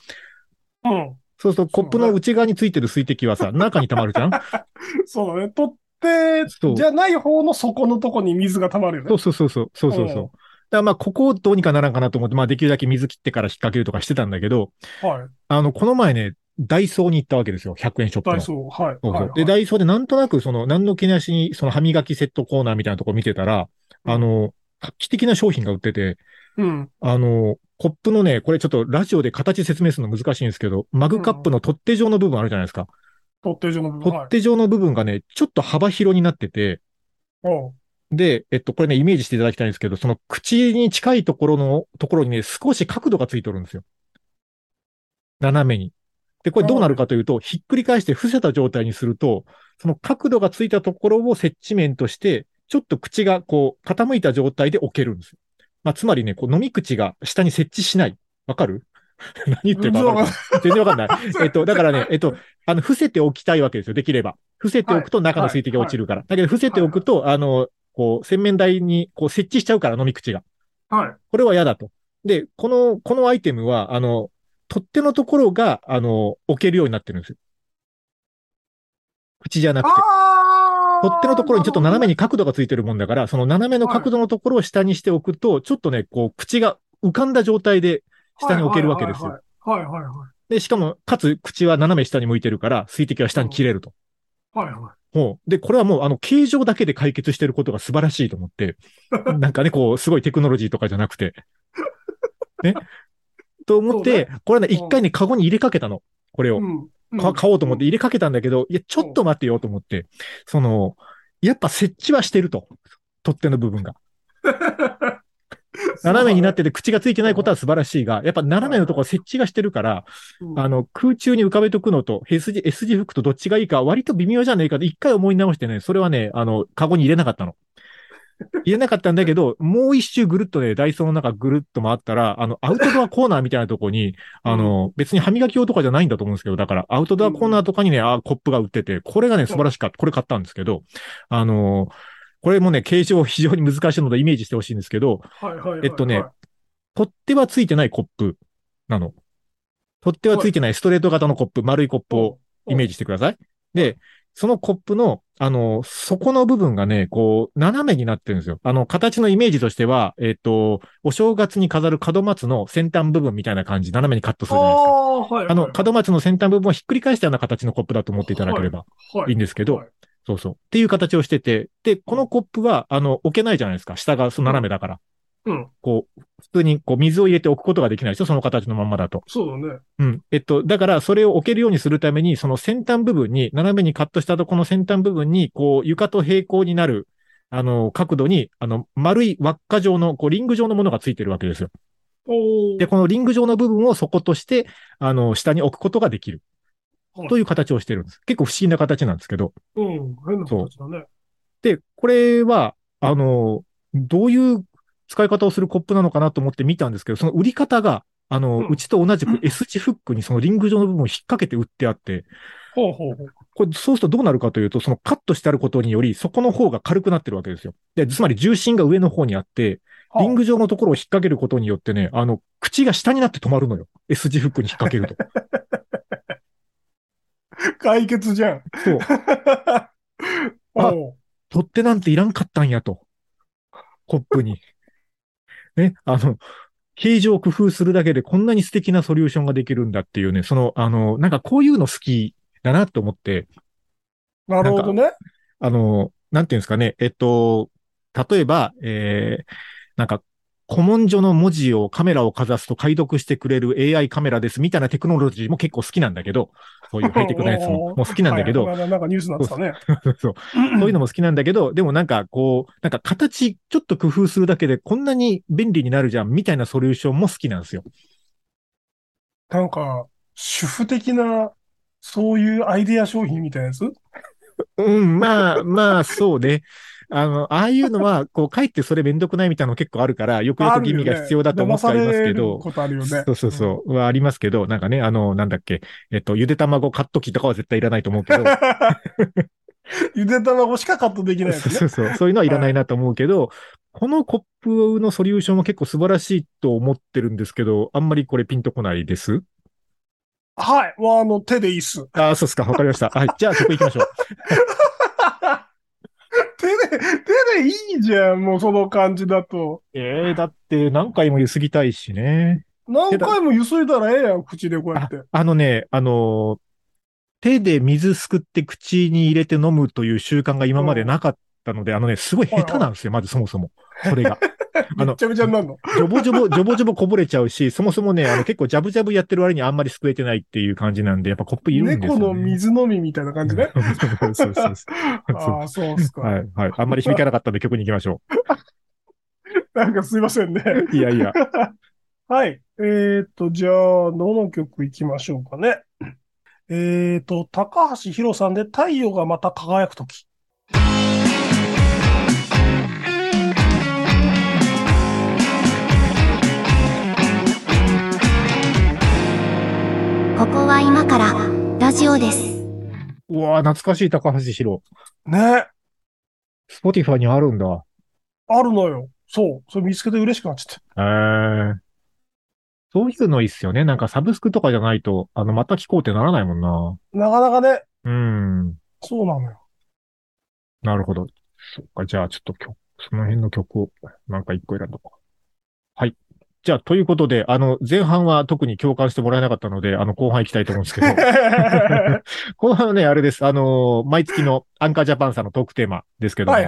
[SPEAKER 3] う
[SPEAKER 2] そうすると、コップ
[SPEAKER 3] そう
[SPEAKER 2] の
[SPEAKER 3] ね
[SPEAKER 2] 内側についてる水滴はさ、中に溜まるじ ゃん
[SPEAKER 3] ん。そうだね。取って、
[SPEAKER 2] そう
[SPEAKER 3] じゃない方の底のとこに水が溜まるよね。
[SPEAKER 2] そうそうそうそう、そうそうそう。
[SPEAKER 3] うん
[SPEAKER 2] だからまあ、ここをどうにかならんかなと思って、まあ、できるだけ水切ってから引っ掛けるとかしてたんだけど、
[SPEAKER 3] はい。
[SPEAKER 2] あの、この前ね、ダイソーに行ったわけですよ、100円ショップ
[SPEAKER 3] ダ
[SPEAKER 2] の。
[SPEAKER 3] イソー。はい。
[SPEAKER 2] そうそう
[SPEAKER 3] はい。
[SPEAKER 2] で、
[SPEAKER 3] はい
[SPEAKER 2] ダイソーでなんとなく、その、何の気なしに、その歯磨きセットコーナーみたいなとこ見てたら、
[SPEAKER 3] うん
[SPEAKER 2] あの、画期的な商品が売ってて、
[SPEAKER 3] うん。
[SPEAKER 2] あの、コップのね、これちょっとラジオで形説明するの難しいんですけど、マグカップの取っ手状の部分あるじゃないですか。
[SPEAKER 3] 取っ手状の部分。
[SPEAKER 2] 取っ手状の部分がね、ちょっと幅広になってて、
[SPEAKER 3] はい。うん
[SPEAKER 2] で、えっと、これね、イメージしていただきたいんですけど、その口に近いところの、ところにね、少し角度がついてるんですよ。斜めに。で、これどうなるかというと、ひっくり返して伏せた状態にすると、その角度がついたところを接地面として、ちょっと口がこう、傾いた状態で置けるんですよ。まあ、つまりね、こう、飲み口が下に接地しない。わかる 何言ってるか分かんない。全然わかんない。 えっと、だからね、えっと、あの、伏せておきたいわけですよ、できれば。伏せておくと中の水滴が落ちるから。だけど、伏せておくと、あの、こう、洗面台に、こう、設置しちゃうから、飲み口が。
[SPEAKER 3] はい。
[SPEAKER 2] これは嫌だと。で、この、このアイテムは、あの、取っ手のところが、あの、置けるようになってるんですよ。口じゃなくて。
[SPEAKER 3] あー
[SPEAKER 2] 取っ手のところにちょっと斜めに角度がついてるもんだから、その斜めの角度のところを下にしておくと、ちょっとね、こう、口が浮かんだ状態で下に置けるわけですよ。。
[SPEAKER 3] はいはいはいは
[SPEAKER 2] で、しかも、かつ、口は斜め下に向いてるから、水滴は下に切れると。
[SPEAKER 3] い。はいは
[SPEAKER 2] もう、で、これはもう、あの、形状だけで解決してることが素晴らしいと思 って、なんかね、こう、すごいテクノロジーとかじゃなくて、ね。と思って、これはね、
[SPEAKER 3] うん
[SPEAKER 2] 一回ね、カゴに入れかけたの。これ
[SPEAKER 3] い。
[SPEAKER 2] を。
[SPEAKER 3] ん。
[SPEAKER 2] か買おうと思って
[SPEAKER 3] い
[SPEAKER 2] 入れかけたんだけど、いや、ちょっと待ってよと思って、その、やっぱ設置はしてると。取っ手の部分が。斜めになってて口がついてないことは素晴らしいが、やっぱ斜めのところ設置がしてるから、あの、空中に浮かべとくのと、S 字、S 字服とどっちがいいか、割と微妙じゃねえかと一回思い直してね、それはね、あの、カゴに入れなかったの。入れなかったんだけど、もう一周ぐるっとね、ダイソーの中ぐるっと回ったら、あの、アウトドアコーナーみたいなとこに、あの、別に歯磨き用とかじゃないんだと思うんですけど、だから、アウトドアコーナーとかにね、あーコップが売ってて、これがね、素晴らしかった。これ買ったんですけど、あの、これもね、形状非常に難しいのでイメージしてほしいんですけど、
[SPEAKER 3] はいはいはいはい。
[SPEAKER 2] えっとね取っ手はついてないコップなの。取っ手はついてないストレート型のコップ、丸いコップをイメージしてください。で、そのコップの、あの、底の部分がね、こう、斜めになってるんですよ。あの、形のイメージとしては、えっ、と、お正月に飾る門松の先端部分みたいな感じ、斜めにカットす
[SPEAKER 3] あ
[SPEAKER 2] るじゃないですか。
[SPEAKER 3] あ、はいはい。
[SPEAKER 2] あの、門松の先端部分をひっくり返したような形のコップだと思っていただければ
[SPEAKER 3] はい
[SPEAKER 2] いんですけど、
[SPEAKER 3] はい
[SPEAKER 2] そうそう。っていう形をしてて、で、このコップは、あの、置けないじゃないですか。下がそう斜めだから。
[SPEAKER 3] うん。
[SPEAKER 2] こう、普通にこう水を入れておくことができないでしょその形のまんまだと。
[SPEAKER 3] そうだね。
[SPEAKER 2] うん。えっと、だからそれを置けるようにするために、その先端部分に、斜めにカットしたとこの先端部分に、こう床と平行になる、あの、角度に、あの、丸い輪っか状の、こうリング状のものがついてるわけですよ。
[SPEAKER 3] おー
[SPEAKER 2] で、このリング状の部分を底として、あの、下に置くことができる
[SPEAKER 3] はい。
[SPEAKER 2] という形をしてるんです。結構不思議な形なんですけど。
[SPEAKER 3] うん。変な形だね。
[SPEAKER 2] で、これは、あの、どういう使い方をするコップなのかなと思って見たんですけど、その売り方が、あの、
[SPEAKER 3] う
[SPEAKER 2] うんちと同じく S 字フックにそのリング状の部分を引っ掛けて売ってあって、
[SPEAKER 3] ほうほうほう。
[SPEAKER 2] これそうするとどうなるかというと、そのカットしてあることにより、そこの方が軽くなってるわけですよ。で、つまり重心が上の方にあって、リング状のところを引っ掛けることによってね、あの、口が下になって止まるのよ。S 字フックに引っ掛けると。
[SPEAKER 3] 解決じゃん。
[SPEAKER 2] そう。あ
[SPEAKER 3] おう
[SPEAKER 2] 取っ手なんていらんかったんやと。コップに。 ね、あの、形状を工夫するだけでこんなに素敵なソリューションができるんだっていうね、その、あの、なんかこういうの好きだなと思って、
[SPEAKER 3] なるほどね。
[SPEAKER 2] あの、なんていうんですかね、えっと、例えば、えー、なんか、古文書の文字をカメラをかざすと解読してくれる AI カメラですみたいなテクノロジーも結構好きなんだけど、そういうハイテクなやつ ももう好きなんだけど、
[SPEAKER 3] はいはいなんかニュースになってたね。
[SPEAKER 2] そう
[SPEAKER 3] うん
[SPEAKER 2] そういうのも好きなんだけど、でもなんかこう、なんか形ちょっと工夫するだけでこんなに便利になるじゃんみたいなソリューションも好きなんですよ。
[SPEAKER 3] なんか、主婦的な、そういうアイデア商品みたいなやつ
[SPEAKER 2] うん、 まあまあ、そうね。あの、ああいうのは、こう、かえってそれめんどくないみたいなの結構あるから、よくよく義味が必要だと思ってはいますけど
[SPEAKER 3] 騙される、ことあるよね。
[SPEAKER 2] そうそうそう、はありますけど、なんかね、あの、なんだっけ、えっと、ゆで卵カット機とかは絶対いら ないと思うけど、
[SPEAKER 3] ゆで卵しかカットできないやつ
[SPEAKER 2] そう
[SPEAKER 3] ね。
[SPEAKER 2] そうそう、そういうのはいらないなと思うけど、このコップのソリューションは結構素晴らしいと思ってるんですけど、あんまりこれピンとこないです。
[SPEAKER 3] はい。もうあの、手でいいっす。
[SPEAKER 2] ああ、そうですか。わかりました。はい。じゃあ、曲行きま しょう。
[SPEAKER 3] 手で、手でいいじゃん、もうその感じだと。
[SPEAKER 2] ええだって何回もゆすぎたいしね。
[SPEAKER 3] 何回もゆすいだらええやん、口でこうやっ
[SPEAKER 2] あ
[SPEAKER 3] て。
[SPEAKER 2] あのね、あのー手で水すくって口に入れて飲むという習慣が今までなかったので、あのね、すごい下手なんですよ、まずそもそも。それ が。あ
[SPEAKER 3] め
[SPEAKER 2] の
[SPEAKER 3] っち、ゃめちゃになるの。
[SPEAKER 2] ジョボジョボ、ジョボジョボこぼれちゃうし、そもそもね、あの結構ジャブジャブやってる割にあんまりすくえてないっていう感じなんで、やっぱコップいるんですよ、
[SPEAKER 3] 猫
[SPEAKER 2] ね。
[SPEAKER 3] の水飲みみたいな感じね。
[SPEAKER 2] そうそうそうそう
[SPEAKER 3] ああ、そうっすか。
[SPEAKER 2] はい、はい。あんまり響かなかったんで曲に行きましょ
[SPEAKER 3] なんかすいませんね。
[SPEAKER 2] う。いやいや。
[SPEAKER 3] はい。えーっと、じゃあ、どの曲いきましょうかね。えーっと、高橋宏さんで太陽がまた輝くと
[SPEAKER 4] 「
[SPEAKER 3] き。
[SPEAKER 1] ジオです。
[SPEAKER 2] うわー懐かしい高橋宏。
[SPEAKER 3] ね。
[SPEAKER 2] スポティファにあるんだ。
[SPEAKER 3] あるのよ。そう。それ見つけて嬉しくなっちゃって。
[SPEAKER 2] えー。そういうのいいっすよね。なんかサブスクとかじゃないと、あの、また聞こうってならないもんな。
[SPEAKER 3] なかなかね、
[SPEAKER 2] うん。
[SPEAKER 3] そうなのよ。
[SPEAKER 2] なるほど。そっか、じゃあちょっと曲、その辺の曲をなんか一個選んどこう。はい。じゃあ、ということで、あの、前半は特に共感してもらえなかったので、あの、後半行きたいと思うんです けど、
[SPEAKER 3] は
[SPEAKER 2] 後半はね、あれです。あのー毎月のアンカージャパンさんのトークテーマですけ
[SPEAKER 3] い
[SPEAKER 2] ども、
[SPEAKER 3] はい。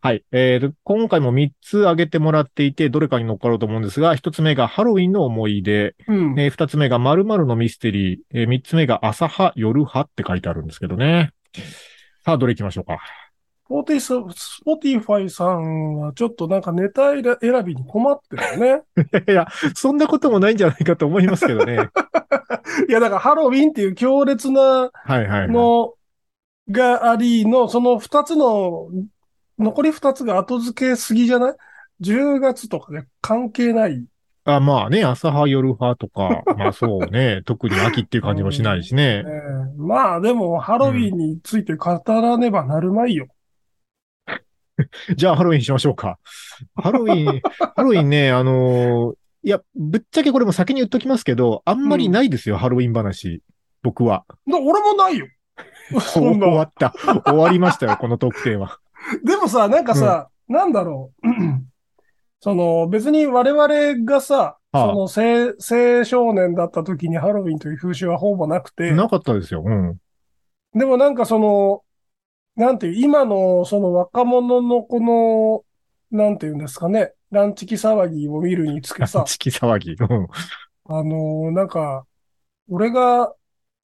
[SPEAKER 2] はい。えーと今回も3つ挙げてもらっていて、どれかに乗っかろうと思うんですが、1つ目がハロウィンの思い出、
[SPEAKER 3] うん。
[SPEAKER 2] え2つ目が〇〇のミステリー、え3つ目が朝派、夜派って書いてあるんですけどね。さあ、どれ行きましょうか。
[SPEAKER 3] ポーティス、スポティファイさんはちょっとなんかネタ選びに困ってるよね。
[SPEAKER 2] いや、 そんなこともないんじゃないかと思いますけ どね。
[SPEAKER 3] いや、だからハロウィンっていう強烈な
[SPEAKER 2] はいはい、はい。
[SPEAKER 3] のがありの、その二つの、残り二つが後付けすぎじゃない ?10 月とかね、関係ない。
[SPEAKER 2] あまあね、朝派、夜派とか、まあそうね、特に秋っていう感じもしないしね
[SPEAKER 3] え。ーまあでも、ハロウィンについて語らねばなるまいよ。
[SPEAKER 2] じゃあハロウィンしましょうか。ハロウィン、ハロウィンね、あのーいや、ぶっちゃけこれも先に言っときますけど、あんまりないですよ、ハロウィン話。僕は。
[SPEAKER 3] な俺もないよ。そん
[SPEAKER 2] 終
[SPEAKER 3] な。
[SPEAKER 2] わった。終わりましたよ、この特典は。
[SPEAKER 3] でもさ、なんかさ、なんだろう。 その、別に我々がさ、
[SPEAKER 2] ああ
[SPEAKER 3] その青、青少年だった時にハロウィンという風習はほぼなくて、
[SPEAKER 2] なかったですよ。うん。
[SPEAKER 3] でもなんかその、なんていう、今のその若者のこの、なんていうんですかね、ランチキ騒ぎを見るにつ けさ、
[SPEAKER 2] チキ騒ぎ。うん。
[SPEAKER 3] あのーなんか、俺が、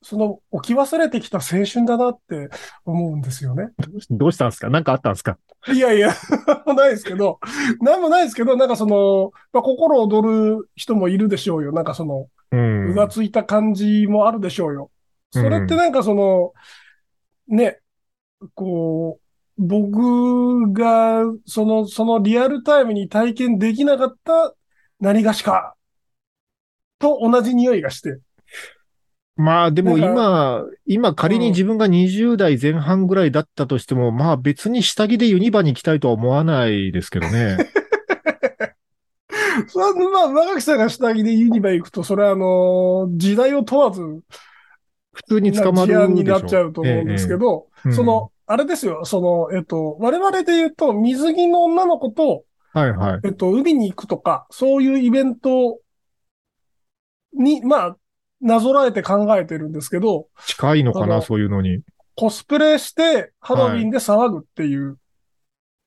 [SPEAKER 3] その、置き忘れてきた青春だなって思うんですよね。
[SPEAKER 2] どうしたんですかなんかあったんですか
[SPEAKER 3] いやいや、なんもないですけど、なんもないですけど、なんかその、まあ、心躍る人もいるでしょうよ。なんかその、
[SPEAKER 2] うん。
[SPEAKER 3] うがついた感じもあるでしょうよ。それってなんかその、ね、こう、僕が、その、そのリアルタイムに体験できなかった何がしか、と同じ匂いがして。
[SPEAKER 2] まあでも
[SPEAKER 3] なん
[SPEAKER 2] 今、今仮に自分が20代前半ぐらいだったとしても、まあ別に下着でユニバに行きたいとは思わないですけど ね。
[SPEAKER 3] それはまあ、若木さんが下着でユニバ行くと、それはあの、時代を問わず、
[SPEAKER 2] 普通に捕まる
[SPEAKER 3] 事
[SPEAKER 2] でしょ。
[SPEAKER 3] 案になっちゃうと思うんですけど、
[SPEAKER 2] ええええ
[SPEAKER 3] その、あれですよ、その、えっと、我々で言うと、水着の女の子と、
[SPEAKER 2] はいはい。
[SPEAKER 3] えっと、海に行くとか、そういうイベントに、まあ、なぞらえて考えてるんですけど、
[SPEAKER 2] 近いのか
[SPEAKER 3] あ
[SPEAKER 2] な、
[SPEAKER 3] の
[SPEAKER 2] そういうのに。
[SPEAKER 3] コスプレしてハロウィンで騒ぐっていう。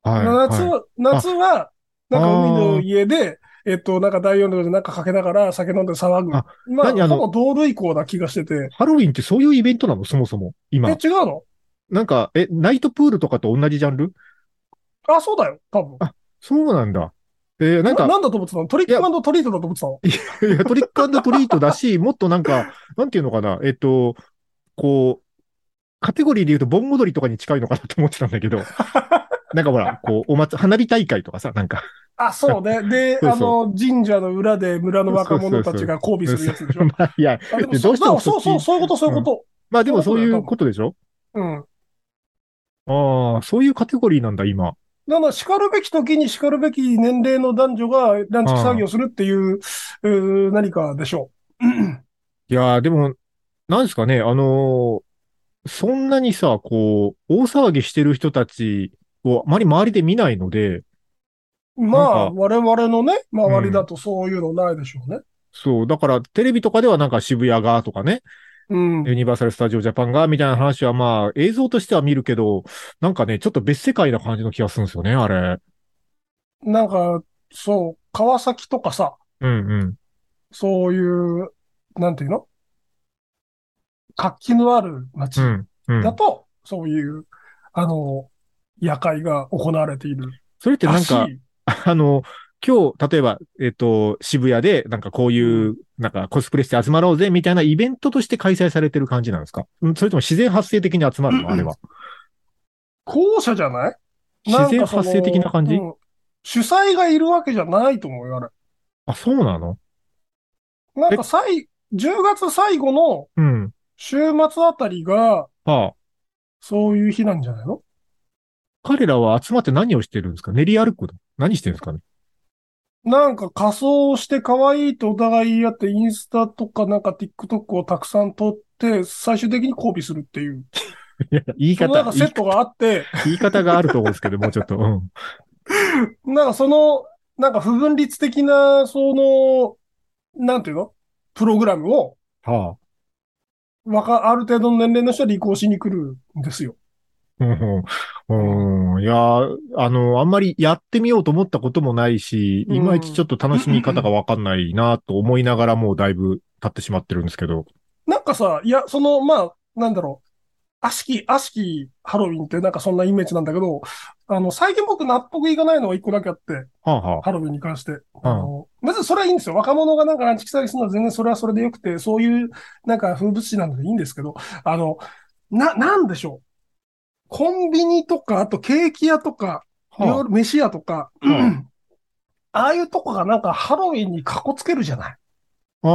[SPEAKER 2] はい。
[SPEAKER 3] 夏
[SPEAKER 2] はい
[SPEAKER 3] は、夏は、なんか海の家で、えっと、なんか大音量でなんかかけながら酒飲んで騒ぐ。
[SPEAKER 2] あ
[SPEAKER 3] ま
[SPEAKER 2] 何あ
[SPEAKER 3] あ、
[SPEAKER 2] の
[SPEAKER 3] ほぼ同類校な気がしてて。
[SPEAKER 2] ハロウィンってそういうイベントなのそもそも。
[SPEAKER 3] え
[SPEAKER 2] 今。、
[SPEAKER 3] 違うの
[SPEAKER 2] なんか、え、ナイトプールとかと同じジャンル
[SPEAKER 3] あ、そうだよ、多分。
[SPEAKER 2] そうなんだ。えーなん
[SPEAKER 3] な
[SPEAKER 2] か、
[SPEAKER 3] なんだと思ってたのトリック
[SPEAKER 2] いや
[SPEAKER 3] トリートだと思ってたの
[SPEAKER 2] いや、トリックトリートだし、 もっとなんか、なんていうのかな、えっと、こう、カテゴリーで言うと盆踊りとかに近いのかなと思ってたんだけ ど、なんかほら、こう、お祭り、花火大会とかさ、なんか、
[SPEAKER 3] あ、そうね。で、
[SPEAKER 2] そうそう
[SPEAKER 3] あの、神社の裏で村の若者たちが交尾するやつでしょ。
[SPEAKER 2] まあ、いや、
[SPEAKER 3] あで
[SPEAKER 2] で
[SPEAKER 3] も
[SPEAKER 2] どうしても
[SPEAKER 3] そうそう、そういうこと、そういうこと。
[SPEAKER 2] まあでもそういうことでしょ
[SPEAKER 3] うん。
[SPEAKER 2] ああ、そういうカテゴリーなんだ、今。
[SPEAKER 3] だから、叱るべき時に叱るべき年齢の男女がランチ作業するっていう、うー何かでしょ
[SPEAKER 2] いやー、でも、なんですかね、あのーそんなにさ、こう、大騒ぎしてる人たちをあまり周りで見ないので、
[SPEAKER 3] う。まあ、
[SPEAKER 2] なん
[SPEAKER 3] 我々のね、周りだとそういうのないでしょうね。
[SPEAKER 2] そう、だからテレビとかではなんか渋谷がとかね、
[SPEAKER 3] うん。
[SPEAKER 2] ユニバーサル・スタジオ・ジャパンが、みたいな話はまあ映像としては見るけど、なんかね、ちょっと別世界な感じの気がするんですよね、あれ。
[SPEAKER 3] なんか、そう、川崎とかさ、
[SPEAKER 2] うんうん。
[SPEAKER 3] そういう、なんていうの活気のある街
[SPEAKER 2] うん。うん
[SPEAKER 3] だ、と、そういう、あの、夜会が行われている
[SPEAKER 2] それってな
[SPEAKER 3] ら
[SPEAKER 2] ん
[SPEAKER 3] しい。
[SPEAKER 2] か、あの、今日、例えば、えっと、渋谷で、なんかこういう、なんかコスプレして集まろうぜ、みたいなイベントとして開催されてる感じなんですかうんそれとも自然発生的に集まるのあれは。
[SPEAKER 3] 後者じゃない
[SPEAKER 2] 自然発生的な感じ
[SPEAKER 3] んかそのうん主催がいるわけじゃないと思うよ、あれ。
[SPEAKER 2] あ、そうなの
[SPEAKER 3] なんか最、10月最後の
[SPEAKER 2] うん。
[SPEAKER 3] 週末あたりが、
[SPEAKER 2] はあ。
[SPEAKER 3] そういう日なんじゃないの
[SPEAKER 2] 彼らは集まって何をしてるんですか練り歩くの何してるんですかね
[SPEAKER 3] なんか仮装して可愛いとお互い言い合って、インスタとかなんか TikTok をたくさん撮って、最終的に交尾するっていう。
[SPEAKER 2] いや言い
[SPEAKER 3] そのなんか
[SPEAKER 2] 方、
[SPEAKER 3] セ
[SPEAKER 2] 言
[SPEAKER 3] ットがあって、
[SPEAKER 2] い言い方があると思うんですけど、もうちょっと。うん。
[SPEAKER 3] なんかその、なんか不分律的な、その、なんていうのプログラムを、
[SPEAKER 2] はあ。
[SPEAKER 3] わか、ある程度の年齢の人は履行しに来るんですよ。
[SPEAKER 2] うんうん、うんいやー、あの、あんまりやってみようと思ったこともないし、いまいちちょっと楽しみ方がわかんないなと思いながらもうだいぶ経ってしまってるんですけど。
[SPEAKER 3] なんかさ、いや、その、まあ、なんだろう。悪しき、悪しきハロウィンってなんかそんなイメージなんだけど、あの、最近僕納得いかないのが一個だけあって、
[SPEAKER 2] はあ、は
[SPEAKER 3] ハロウィンに関して。あの、別にそれはいいんですよ。若者がなんかランチ来たりするのは全然それはそれでよくて、そういうなんか風物詩なのでいいんですけど、あの、な、なんでしょう。コンビニとか、あとケーキ屋とか、
[SPEAKER 2] あ、
[SPEAKER 3] いろい
[SPEAKER 2] は
[SPEAKER 3] ろ飯屋とか、
[SPEAKER 2] あ、は
[SPEAKER 3] ああいうとこがなんかハロウィンにかこつけるじゃない。
[SPEAKER 2] あ、あ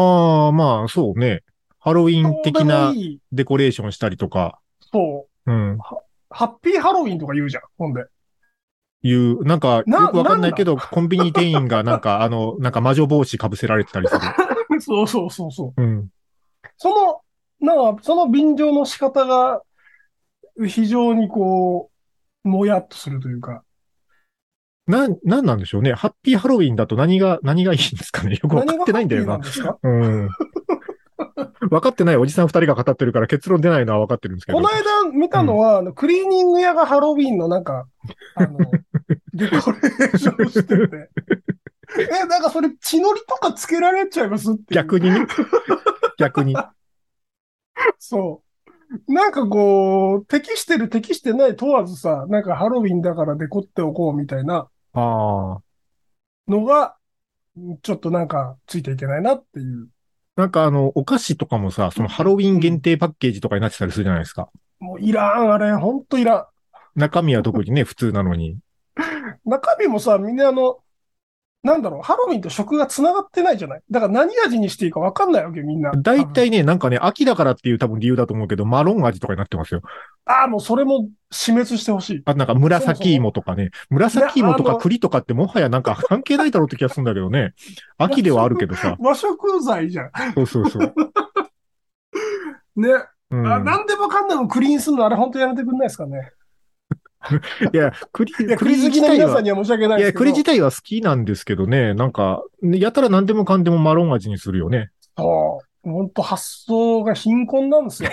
[SPEAKER 2] ーまあ、そうね。ハロウィン
[SPEAKER 3] どう
[SPEAKER 2] 的
[SPEAKER 3] でも
[SPEAKER 2] ない
[SPEAKER 3] い。
[SPEAKER 2] デコレーションしたりとか、
[SPEAKER 3] そ
[SPEAKER 2] う
[SPEAKER 3] う。
[SPEAKER 2] ん、
[SPEAKER 3] ハッピーハロウィンとか言うじゃん、ほんで。
[SPEAKER 2] いう、なんか、よ
[SPEAKER 3] な
[SPEAKER 2] くわかんないけど、コンビニ店員がなんか、あ の、なんか魔女帽子被せられてたりする。
[SPEAKER 3] そうそうそうそう。
[SPEAKER 2] うん。
[SPEAKER 3] その、なんか、その便乗の仕方が、非常にこう、もやっとするというか、
[SPEAKER 2] なん、なんなんでしょうね。ハッピーハロウィンだと何が、何がいいんですかね。よくわかってないんだよな
[SPEAKER 3] 何がハッピー。んですか
[SPEAKER 2] うん。分かってないおじさん二人が語ってるから結論出ないのは分かってるんですけど。
[SPEAKER 3] この間見たのは、あのクリーニング屋がハロウィンのな んか、あの、デコレーションしてて。え、なんかそれ血のりとかつけられちゃいますっていう。
[SPEAKER 2] 逆にね。逆 に。
[SPEAKER 3] そう。なんかこう、適してる適してない問わずさ、なんかハロウィンだからデコっておこうみたいな
[SPEAKER 2] ああ。
[SPEAKER 3] のが、ちょっとなんかついていけないなっていう。
[SPEAKER 2] なんかあの、お菓子とかもさ、そのハロウィン限定パッケージとかになってたりするじゃないですか。
[SPEAKER 3] もういらん、あれ、ほんといら
[SPEAKER 2] 中身は特にね、普通なのに。
[SPEAKER 3] ん。中身もさ、みんなあの、なんだろう、ハロウィンと食が繋がってないじゃないだから何味にしていいかわかんないわけよ、みんな。
[SPEAKER 2] 大体ね、なんかね、秋だからっていう多分理由だと思うけど、マロン味とかになってますよ。
[SPEAKER 3] ああ、もうそれも死滅してほしい。
[SPEAKER 2] あとなんか紫芋とかね。紫芋と
[SPEAKER 3] い
[SPEAKER 2] か
[SPEAKER 3] やあの
[SPEAKER 2] 栗とかってもはやなんか関係ないだろうって気がするんだけどね。秋ではあるけどさ。
[SPEAKER 3] 和食材じゃん。
[SPEAKER 2] そうそうそう。
[SPEAKER 3] ね。
[SPEAKER 2] うん、
[SPEAKER 3] あ何でもかんでもクリーンするの、あれ本当やめてくんないですかね。
[SPEAKER 2] いや、栗、
[SPEAKER 3] いや、クリ
[SPEAKER 2] 栗
[SPEAKER 3] 好
[SPEAKER 2] 好
[SPEAKER 3] き
[SPEAKER 2] き
[SPEAKER 3] の
[SPEAKER 2] な
[SPEAKER 3] 皆さんには申し訳ない
[SPEAKER 2] い
[SPEAKER 3] です
[SPEAKER 2] や、
[SPEAKER 3] けど。
[SPEAKER 2] 栗自体は好きなんですけどね、なんか、ねやたら何でもかんでもマロン味にするよね。
[SPEAKER 3] そう。本当発想が貧困な んですよ。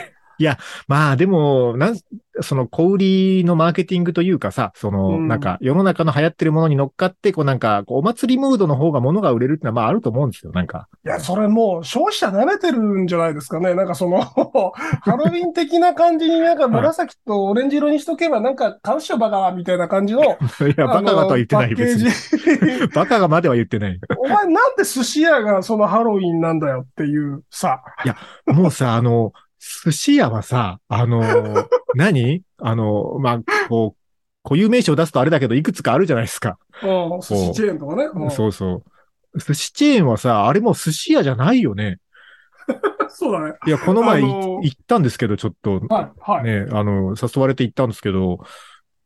[SPEAKER 2] まあでも、なん、その小売りのマーケティングというかさ、その、
[SPEAKER 3] うん
[SPEAKER 2] なんか世の中の流行ってるものに乗っかって、こうなんか、こうお祭りムードの方が物が売れるってのはまああると思うんですよ、なんか。
[SPEAKER 3] いや、それもう消費者慣れてるんじゃないですかね。なんかその、 ハロウィン的な感じになんか紫とオレンジ色にしとけばなんか買うっしょバカみたいな感じ の。
[SPEAKER 2] い
[SPEAKER 3] い
[SPEAKER 2] や、バカがとは言ってない、別に。
[SPEAKER 3] に。
[SPEAKER 2] バカがまでは言ってない。
[SPEAKER 3] お前なんで寿司屋がそのハロウィンなんだよっていうさ。
[SPEAKER 2] もうさ、あの、寿司屋はさ、あ の、何あの、まあ、こう、固有名詞を出すとあれだけど、いくつかあるじゃないですか。
[SPEAKER 3] うん寿司チェーンとかね。うん
[SPEAKER 2] そうそう。寿司チェーンはさ、あれもう寿司屋じゃないよね。
[SPEAKER 3] そうだね。
[SPEAKER 2] いや、この前い
[SPEAKER 3] あのー
[SPEAKER 2] 行ったんですけど、ちょっと、
[SPEAKER 3] はい、はい。
[SPEAKER 2] ね、あの、誘われて行ったんですけど、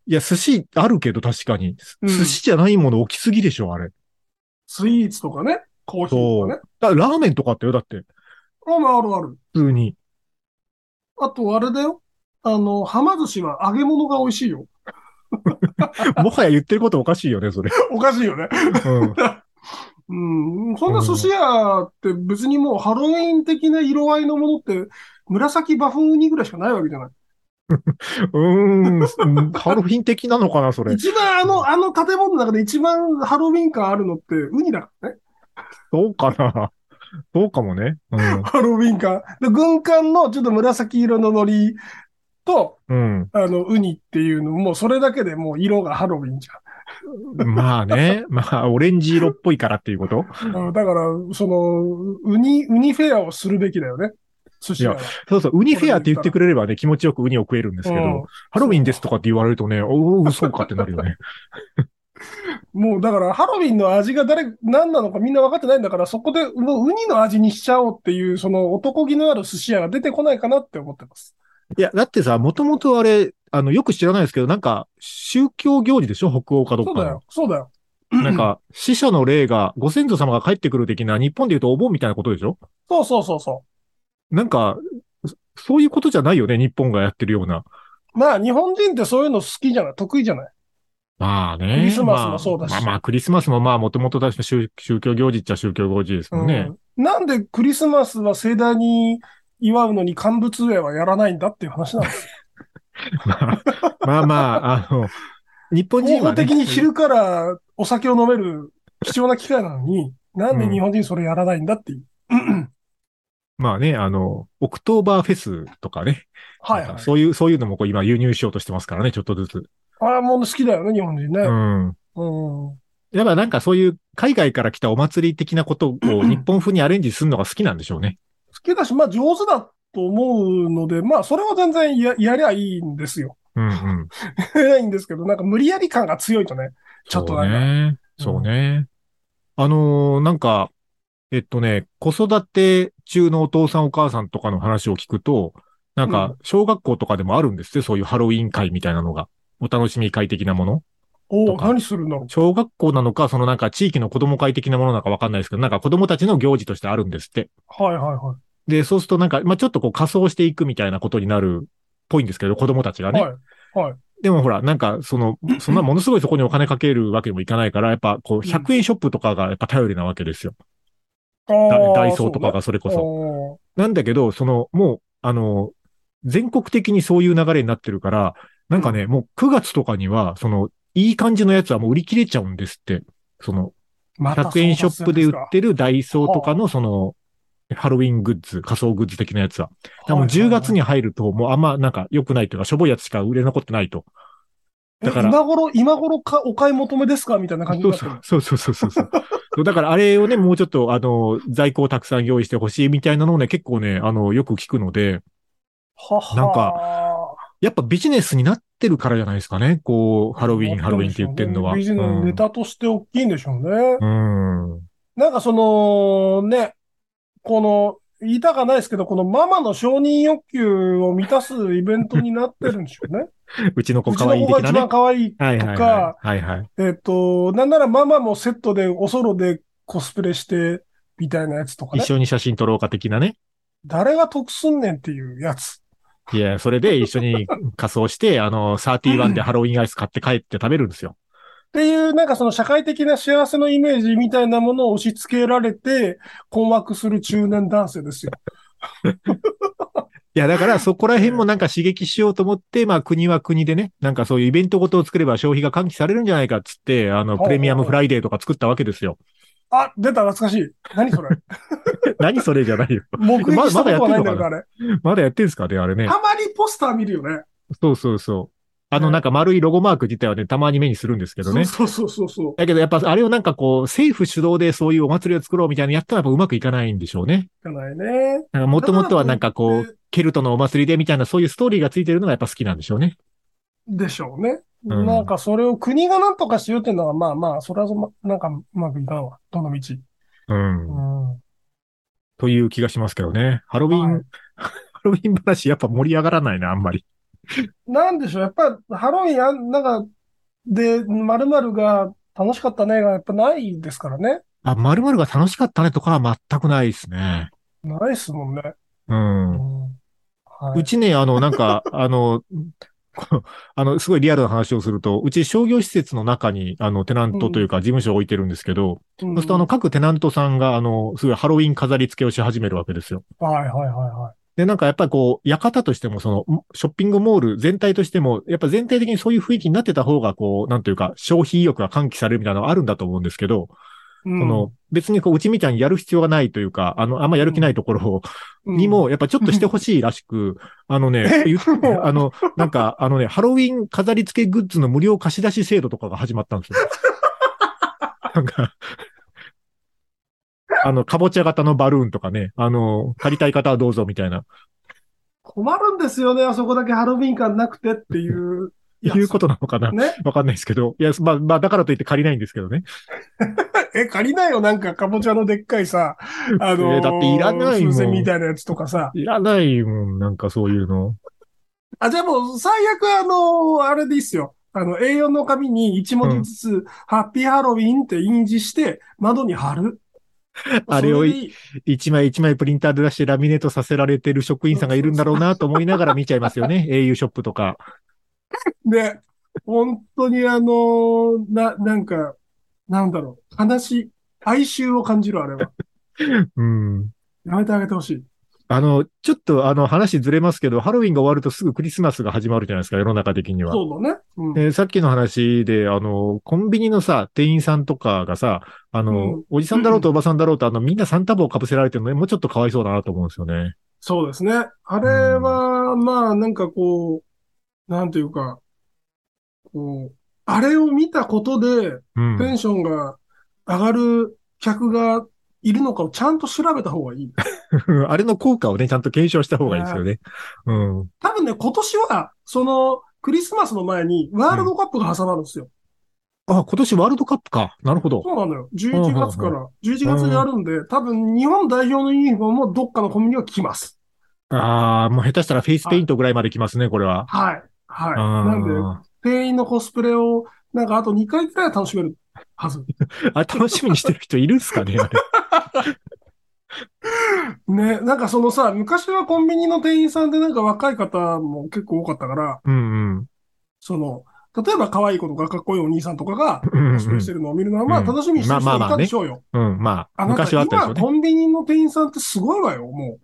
[SPEAKER 2] いや、寿司あるけど確かに。
[SPEAKER 3] うん
[SPEAKER 2] 寿司じゃないもの置きすぎでしょ、あれ。
[SPEAKER 3] スイーツとかね。コーヒーとかね。
[SPEAKER 2] だラーメンとかあったよ、だって。
[SPEAKER 3] あまあ、あるある。
[SPEAKER 2] 普通に。
[SPEAKER 3] あと、あれだよ。あの、はま寿司は揚げ物が美味しいよ。
[SPEAKER 2] もはや言ってることおかしいよね、それ。
[SPEAKER 3] おかしいよね。
[SPEAKER 2] うん。
[SPEAKER 3] うん。そんな寿司屋って別にもうハロウィン的な色合いのものって、紫バフンウニぐらいしかないわけじゃない。
[SPEAKER 2] うーん。ハロウィン的なのかな、それ。
[SPEAKER 3] 一番あの、あの建物の中で一番ハロウィン感あるのってウニだからね。
[SPEAKER 2] そうかな。そうかもね。
[SPEAKER 3] ハロウィン感。で、軍艦のちょっと紫色の海苔と、
[SPEAKER 2] うん。うん。
[SPEAKER 3] あの、ウニっていうのも、それだけでもう色がハロウィンじ
[SPEAKER 2] まあね。まあ、オレンジ色っぽいからっていうこと
[SPEAKER 3] ゃん。うんだから、その、ウニ、ウニフェアをするべきだよね。寿司屋は。
[SPEAKER 2] そうそう、ウニフェアって言ってくれればね、気持ちよくウニを食えるんですけど、
[SPEAKER 3] うん
[SPEAKER 2] ハロウィンですとかって言われるとね、おお、そうかってなるよね。
[SPEAKER 3] もうだからハロウィンの味が誰、何なのかみんな分かってないんだから、そこでもうウニの味にしちゃおうっていう、その男気のある寿司屋が出てこないかなって思ってます。
[SPEAKER 2] いや、だってさ、もともとあれ、あの、よく知らないですけど、なんか、宗教行事でしょ北欧かどっ
[SPEAKER 3] そ
[SPEAKER 2] か
[SPEAKER 3] うだ
[SPEAKER 2] の
[SPEAKER 3] よ。、そうだよ。
[SPEAKER 2] なんか、死者の霊が、ご先祖様が帰ってくる的な、日本で言うとお盆みたいなことでしょ
[SPEAKER 3] そうそうそうそ
[SPEAKER 2] なんか、そそういうことじゃないよね、日本がやってるような。
[SPEAKER 3] う。まあ、日本人ってそういうの好きじゃない得意じゃない
[SPEAKER 2] まあね。
[SPEAKER 3] クリスマスもそうだし
[SPEAKER 2] まあまあ、まあクリスマスもまあ、もともと確か宗宗教行事っちゃ宗教行事ですもんね。
[SPEAKER 3] うんなんでクリスマスは盛大に祝うのに乾物絵はやらないんだっていう話な んです。
[SPEAKER 2] まあ まあ、まあ、あの、日本
[SPEAKER 3] 合
[SPEAKER 2] 人は、
[SPEAKER 3] 法
[SPEAKER 2] ね。
[SPEAKER 3] 的に昼からお酒を飲める貴重な機会なのに、なんで日本人それやらないんだっていう。
[SPEAKER 2] まあね、あの、オクトーバーフェスとかね。
[SPEAKER 3] はい
[SPEAKER 2] なん
[SPEAKER 3] は
[SPEAKER 2] か
[SPEAKER 3] い。
[SPEAKER 2] そういう、そういうのもこう今輸入しようとしてますからね、ちょっとずつ。
[SPEAKER 3] ああ、もう好きだよね、日本人
[SPEAKER 2] う
[SPEAKER 3] ね。
[SPEAKER 2] ん。
[SPEAKER 3] うん。
[SPEAKER 2] やっぱなんかそういう海外から来たお祭り的なことを日本風にアレンジするのが好きなんでしょうね。
[SPEAKER 3] 好きだし、まあ上手だと思うので、まあそれは全然ややりゃいいんですよ。
[SPEAKER 2] うんうん。
[SPEAKER 3] やりゃいいんですけど、なんか無理やり感が強いとね、 ちょっと
[SPEAKER 2] そう
[SPEAKER 3] なんか。
[SPEAKER 2] ね。そうね。あのーなんか、えっとね、子育て中のお父さんお母さんとかの話を聞くと、なん
[SPEAKER 3] う
[SPEAKER 2] か、小学校とかでもあるんですって、そういうハロウィン会みたいなのが。お楽しみ会的なもの
[SPEAKER 3] お
[SPEAKER 2] と
[SPEAKER 3] お
[SPEAKER 2] か
[SPEAKER 3] 何するんだろう。
[SPEAKER 2] 小学校なのか、そのなんか地域の子供会的なものなのかわかんないですけど、なんか子供たちの行事としてあるんですって。
[SPEAKER 3] はいはいは
[SPEAKER 2] で、そうするとなんか、まあ、ちょっとこう仮装していくみたいなことになるっぽいんですけど、子供たちが
[SPEAKER 3] い。
[SPEAKER 2] ね。
[SPEAKER 3] はい。
[SPEAKER 2] でもほら、なんか、その、そんなものすごいそこにお金かけるわけにもいかないから、やっぱこう、100円ショップとかがやっぱ頼りなわけですよ。
[SPEAKER 3] あ
[SPEAKER 2] ダ
[SPEAKER 3] ー
[SPEAKER 2] ダイソーとかがそれこ
[SPEAKER 3] そうね
[SPEAKER 2] そ。なんだけど、その、もう、あの、全国的にそういう流れになってるから、なんかね、もう9月とかには、その、いい感じのやつはもう売り切れちゃうんですって。その、
[SPEAKER 3] あーまた
[SPEAKER 2] 100円ショップで売ってるダイソーとか
[SPEAKER 3] は
[SPEAKER 2] の、その、ハロウィングッズ、仮想グッズ的なやつは。だからもう
[SPEAKER 3] はいはいは
[SPEAKER 2] 10
[SPEAKER 3] い
[SPEAKER 2] 月に入ると、もうあんまなんか良くないというか、しょぼいやつしか売れ残ってないと。だから
[SPEAKER 3] え今頃、今頃か、お買い求めですかみたいな感じになってる。
[SPEAKER 2] そうそうそうそうそうそう。だからあれをね、もうちょっと、あの、在庫をたくさん用意してほしいみたいなのをね、結構ね、あの、よく聞くので、
[SPEAKER 3] はは
[SPEAKER 2] なんやっぱビジネスになってるからじゃないですかね。こう、ハロウィン、ハロウィンって言ってるのは。
[SPEAKER 3] ビジネスネタとして大きいんでしょうね。
[SPEAKER 2] うん。うん
[SPEAKER 3] なんかその、ね、この、言いたかないですけど、このママの承認欲求を満たすイベントになってるんでしょう ね。
[SPEAKER 2] うちの子
[SPEAKER 3] うち
[SPEAKER 2] 可愛
[SPEAKER 3] の
[SPEAKER 2] い
[SPEAKER 3] 子が
[SPEAKER 2] 的な
[SPEAKER 3] 一
[SPEAKER 2] ね。
[SPEAKER 3] 番可愛い。
[SPEAKER 2] はいはい
[SPEAKER 3] と
[SPEAKER 2] は
[SPEAKER 3] か
[SPEAKER 2] い。はいはい。
[SPEAKER 3] えっと、なんならママもセットで、おソロでコスプレして、みたいなやつとかね
[SPEAKER 2] 一。緒に写真撮ろうか的なね。
[SPEAKER 3] 誰が得すんねんっていうやつ。
[SPEAKER 2] いや、それで一緒に仮装して、あの、31でハロウィンアイス買って帰って食べるんですよ。
[SPEAKER 3] っていう、なんかその社会的な幸せのイメージみたいなものを押し付けられて、困惑する中年男性ですよ。
[SPEAKER 2] いや、だからそこら辺もなんか刺激しようと思って、まあ国は国でね、なんかそういうイベントごとを作れば消費が喚起されるんじゃないかっつって、あの、
[SPEAKER 3] ほうほう
[SPEAKER 2] プレミアムフライデーとか作ったわけですよ。
[SPEAKER 3] あ、出た、懐かしい。何それ。
[SPEAKER 2] 何それじゃ ないよ。
[SPEAKER 3] 目撃したことはないんだけど、あれ。
[SPEAKER 2] まだやってんすかね、あれね。
[SPEAKER 3] たまにポスター見るよね。
[SPEAKER 2] そうそうそう。あの、なんか丸いロゴマーク自体はね、たまに目にするんですけどね。
[SPEAKER 3] そうそうそうそう。
[SPEAKER 2] だけどやっぱあれをなんかこう、政府主導でそういうお祭りを作ろうみたいなのやったらやっぱうまくいかないんでしょうね。
[SPEAKER 3] いかないね。
[SPEAKER 2] なんかもともとはなんかこ
[SPEAKER 3] だからと
[SPEAKER 2] う、
[SPEAKER 3] いって。
[SPEAKER 2] ケルトのお祭りでみたいなそういうストーリーがついてるのがやっぱ好きなんでしょうね。
[SPEAKER 3] でしょうね。
[SPEAKER 2] うん
[SPEAKER 3] なんかそれを国がなんとかしようっていうのは、まあまあ、それはそんななんかうまくいかんわ。どの道。
[SPEAKER 2] うん。
[SPEAKER 3] うん。
[SPEAKER 2] という気がしますけどね。ハロウィン、
[SPEAKER 3] はい
[SPEAKER 2] ハロウィン話やっぱ盛り上がらないな、あんまり。
[SPEAKER 3] なんでしょう。やっぱりハロウィンあん、なんか、で、〇〇が楽しかったねがやっぱないですからね。
[SPEAKER 2] あ、〇〇が楽しかったねとかは全くないですね。
[SPEAKER 3] ないっすもんね。
[SPEAKER 2] うん。
[SPEAKER 3] うん。は
[SPEAKER 2] う
[SPEAKER 3] い。
[SPEAKER 2] ちね、あの、なん か、あの、こあの、すごいリアルな話をすると、うち商業施設の中に、あの、テナントというか事務所を置いてるんですけど、そうすると、あの、各テナントさんが、あの、すごいハロウィン飾り付けをし始めるわけですよ。
[SPEAKER 3] うん、はいはいはいは
[SPEAKER 2] で、なんかやっぱりこう、館としても、その、ショッピングモール全体としても、やっぱ全体的にそういう雰囲気になってた方が、こう、なんというか、消費意欲が喚起されるみたいなのはあるんだと思うんですけど、そ
[SPEAKER 3] い。
[SPEAKER 2] の、別にこう、うちみたいにやる必要がないというか、あの、あんまやる気ないところ
[SPEAKER 3] うん、
[SPEAKER 2] にも、やっぱちょっとしてほしいらしく、あのね、言っ
[SPEAKER 3] もう
[SPEAKER 2] あの、なんか、あのね、ハロウィン飾り付けグッズの無料貸し出し制度とかが始まったん ですよ。なんか、あの、かぼちゃ型のバルーンとかね、あの、借りたい方はどうぞみたいな。
[SPEAKER 3] 困るんですよね、あそこだけハロウィン感なくてっていう
[SPEAKER 2] いうことなのかな
[SPEAKER 3] ね。
[SPEAKER 2] わかんないですけど。いや、まあ、まあ、だからといって借りないんですけどね。
[SPEAKER 3] え、借りなよ、なんか、かぼちゃのでっかいさ、 あのー
[SPEAKER 2] えだっていらないもん
[SPEAKER 3] 風船みたいなやつとかさ。
[SPEAKER 2] いらないもん、なんかそういうの。
[SPEAKER 3] あ、じゃあもう、最悪、あのーあれでいいっすよ。あの、A4 の紙に1文字ずつ、ハッピーハロウィンって印字して、窓に貼る。
[SPEAKER 2] あれを
[SPEAKER 3] そでいい
[SPEAKER 2] 一枚一枚プリンターで出してラミネートさせられてる職員さんがいるんだろうなと思いながら見ちゃいますよ ね。au ショップとか。
[SPEAKER 3] で、本当にあの、な、なんか、なんだろう、悲しい、哀愁を感じる、あ れは。
[SPEAKER 2] うん。
[SPEAKER 3] やめてあげてほしい。
[SPEAKER 2] あの、ちょっとあの話ずれますけど、ハロウィンが終わるとすぐクリスマスが始まるじゃないですか、世の中的には。
[SPEAKER 3] そうだね。うん。
[SPEAKER 2] でさっきの話で、あの、コンビニのさ、店員さんとかがさ、あの、
[SPEAKER 3] うん
[SPEAKER 2] おじさんだろうとおばさんだろうと、あの、みんなサンタ帽をかぶせられてるのね、もうちょっとかわいそうだなと思うんですよね。
[SPEAKER 3] そうですね。あれは、まあ、なんかこう、なんていうか、こう、あれを見たことで、
[SPEAKER 2] うん。
[SPEAKER 3] テンションが上がる客がいるのかをちゃんと調べた方がいい。
[SPEAKER 2] あれの効果をね、ちゃんと検証した方がいいですよね。うん。
[SPEAKER 3] 多分ね、今年は、その、クリスマスの前に、ワールドカップが挟まるんですよ。
[SPEAKER 2] あ、今年ワールドカップか。なるほど。
[SPEAKER 3] そうなのよ。11月から、11月にあるんで、多分日本代表のユニフォームもどっかのコンビニは来ます。
[SPEAKER 2] ああ、もう下手したらフェイスペイントぐらいまで来ますね、これは。
[SPEAKER 3] はい。はい。
[SPEAKER 2] あ
[SPEAKER 3] なんで、店員のコスプレを、なんかあと2回くらいは楽しめるはず。
[SPEAKER 2] ーあれ楽しみにしてる人いるんすかね、あ れ。
[SPEAKER 3] ね、なんかそのさ、昔はコンビニの店員さんでなんか若い方も結構多かったから、
[SPEAKER 2] うんうん。
[SPEAKER 3] その、例えば可愛い子とかかっこいいお兄さんとかが、
[SPEAKER 2] うん
[SPEAKER 3] コスプレして
[SPEAKER 2] う
[SPEAKER 3] るのを見るのは、まあ
[SPEAKER 2] うん
[SPEAKER 3] 楽しみにしてる人い
[SPEAKER 2] まあまあま
[SPEAKER 3] た
[SPEAKER 2] あ
[SPEAKER 3] で
[SPEAKER 2] ね
[SPEAKER 3] しょうよ。
[SPEAKER 2] ん。うん、まあ、
[SPEAKER 3] あなんか
[SPEAKER 2] 昔はあったでしょう
[SPEAKER 3] 今
[SPEAKER 2] ね。
[SPEAKER 3] コンビニの店員さんってすごいわよ、も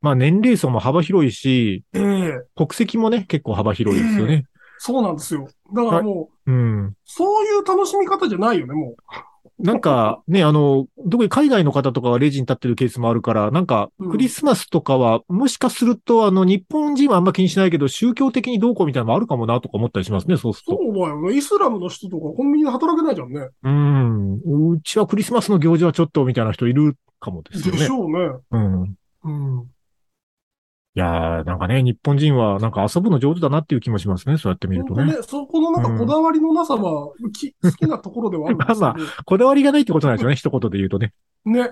[SPEAKER 2] まあ、年齢層も幅広いし、
[SPEAKER 3] う。ええ
[SPEAKER 2] 国籍もね、結構幅広いですよね。
[SPEAKER 3] そうなんですよ。だからもう、
[SPEAKER 2] うん。
[SPEAKER 3] そういう楽しみ方じゃないよね、もう。
[SPEAKER 2] なんか、ね、あの、特に海外の方とかはレジに立ってるケースもあるから、なんか、
[SPEAKER 3] うん
[SPEAKER 2] クリスマスとかは、もしかすると、あの、日本人はあんま気にしないけど、宗教的にどうこうみたいなのもあるかもな、とか思ったりしますね、そうすると。
[SPEAKER 3] そうだよね。イスラムの人とかコンビニで働けないじゃんね。
[SPEAKER 2] うん。うちはクリスマスの行事はちょっとみたいな人いるかもですよ
[SPEAKER 3] で
[SPEAKER 2] ね
[SPEAKER 3] し。ょうね。
[SPEAKER 2] うん。
[SPEAKER 3] うん。
[SPEAKER 2] いやー、なんかね、日本人はなんか遊ぶの上手だなっていう気もしますね、そうやって見ると
[SPEAKER 3] 本当
[SPEAKER 2] ね。
[SPEAKER 3] ね、そこのなんかこだわりのなさは、き好きなところではあるんですけ ど。
[SPEAKER 2] まあこだわりがないってことなんですよね、一言で言うとね。
[SPEAKER 3] ね、
[SPEAKER 2] う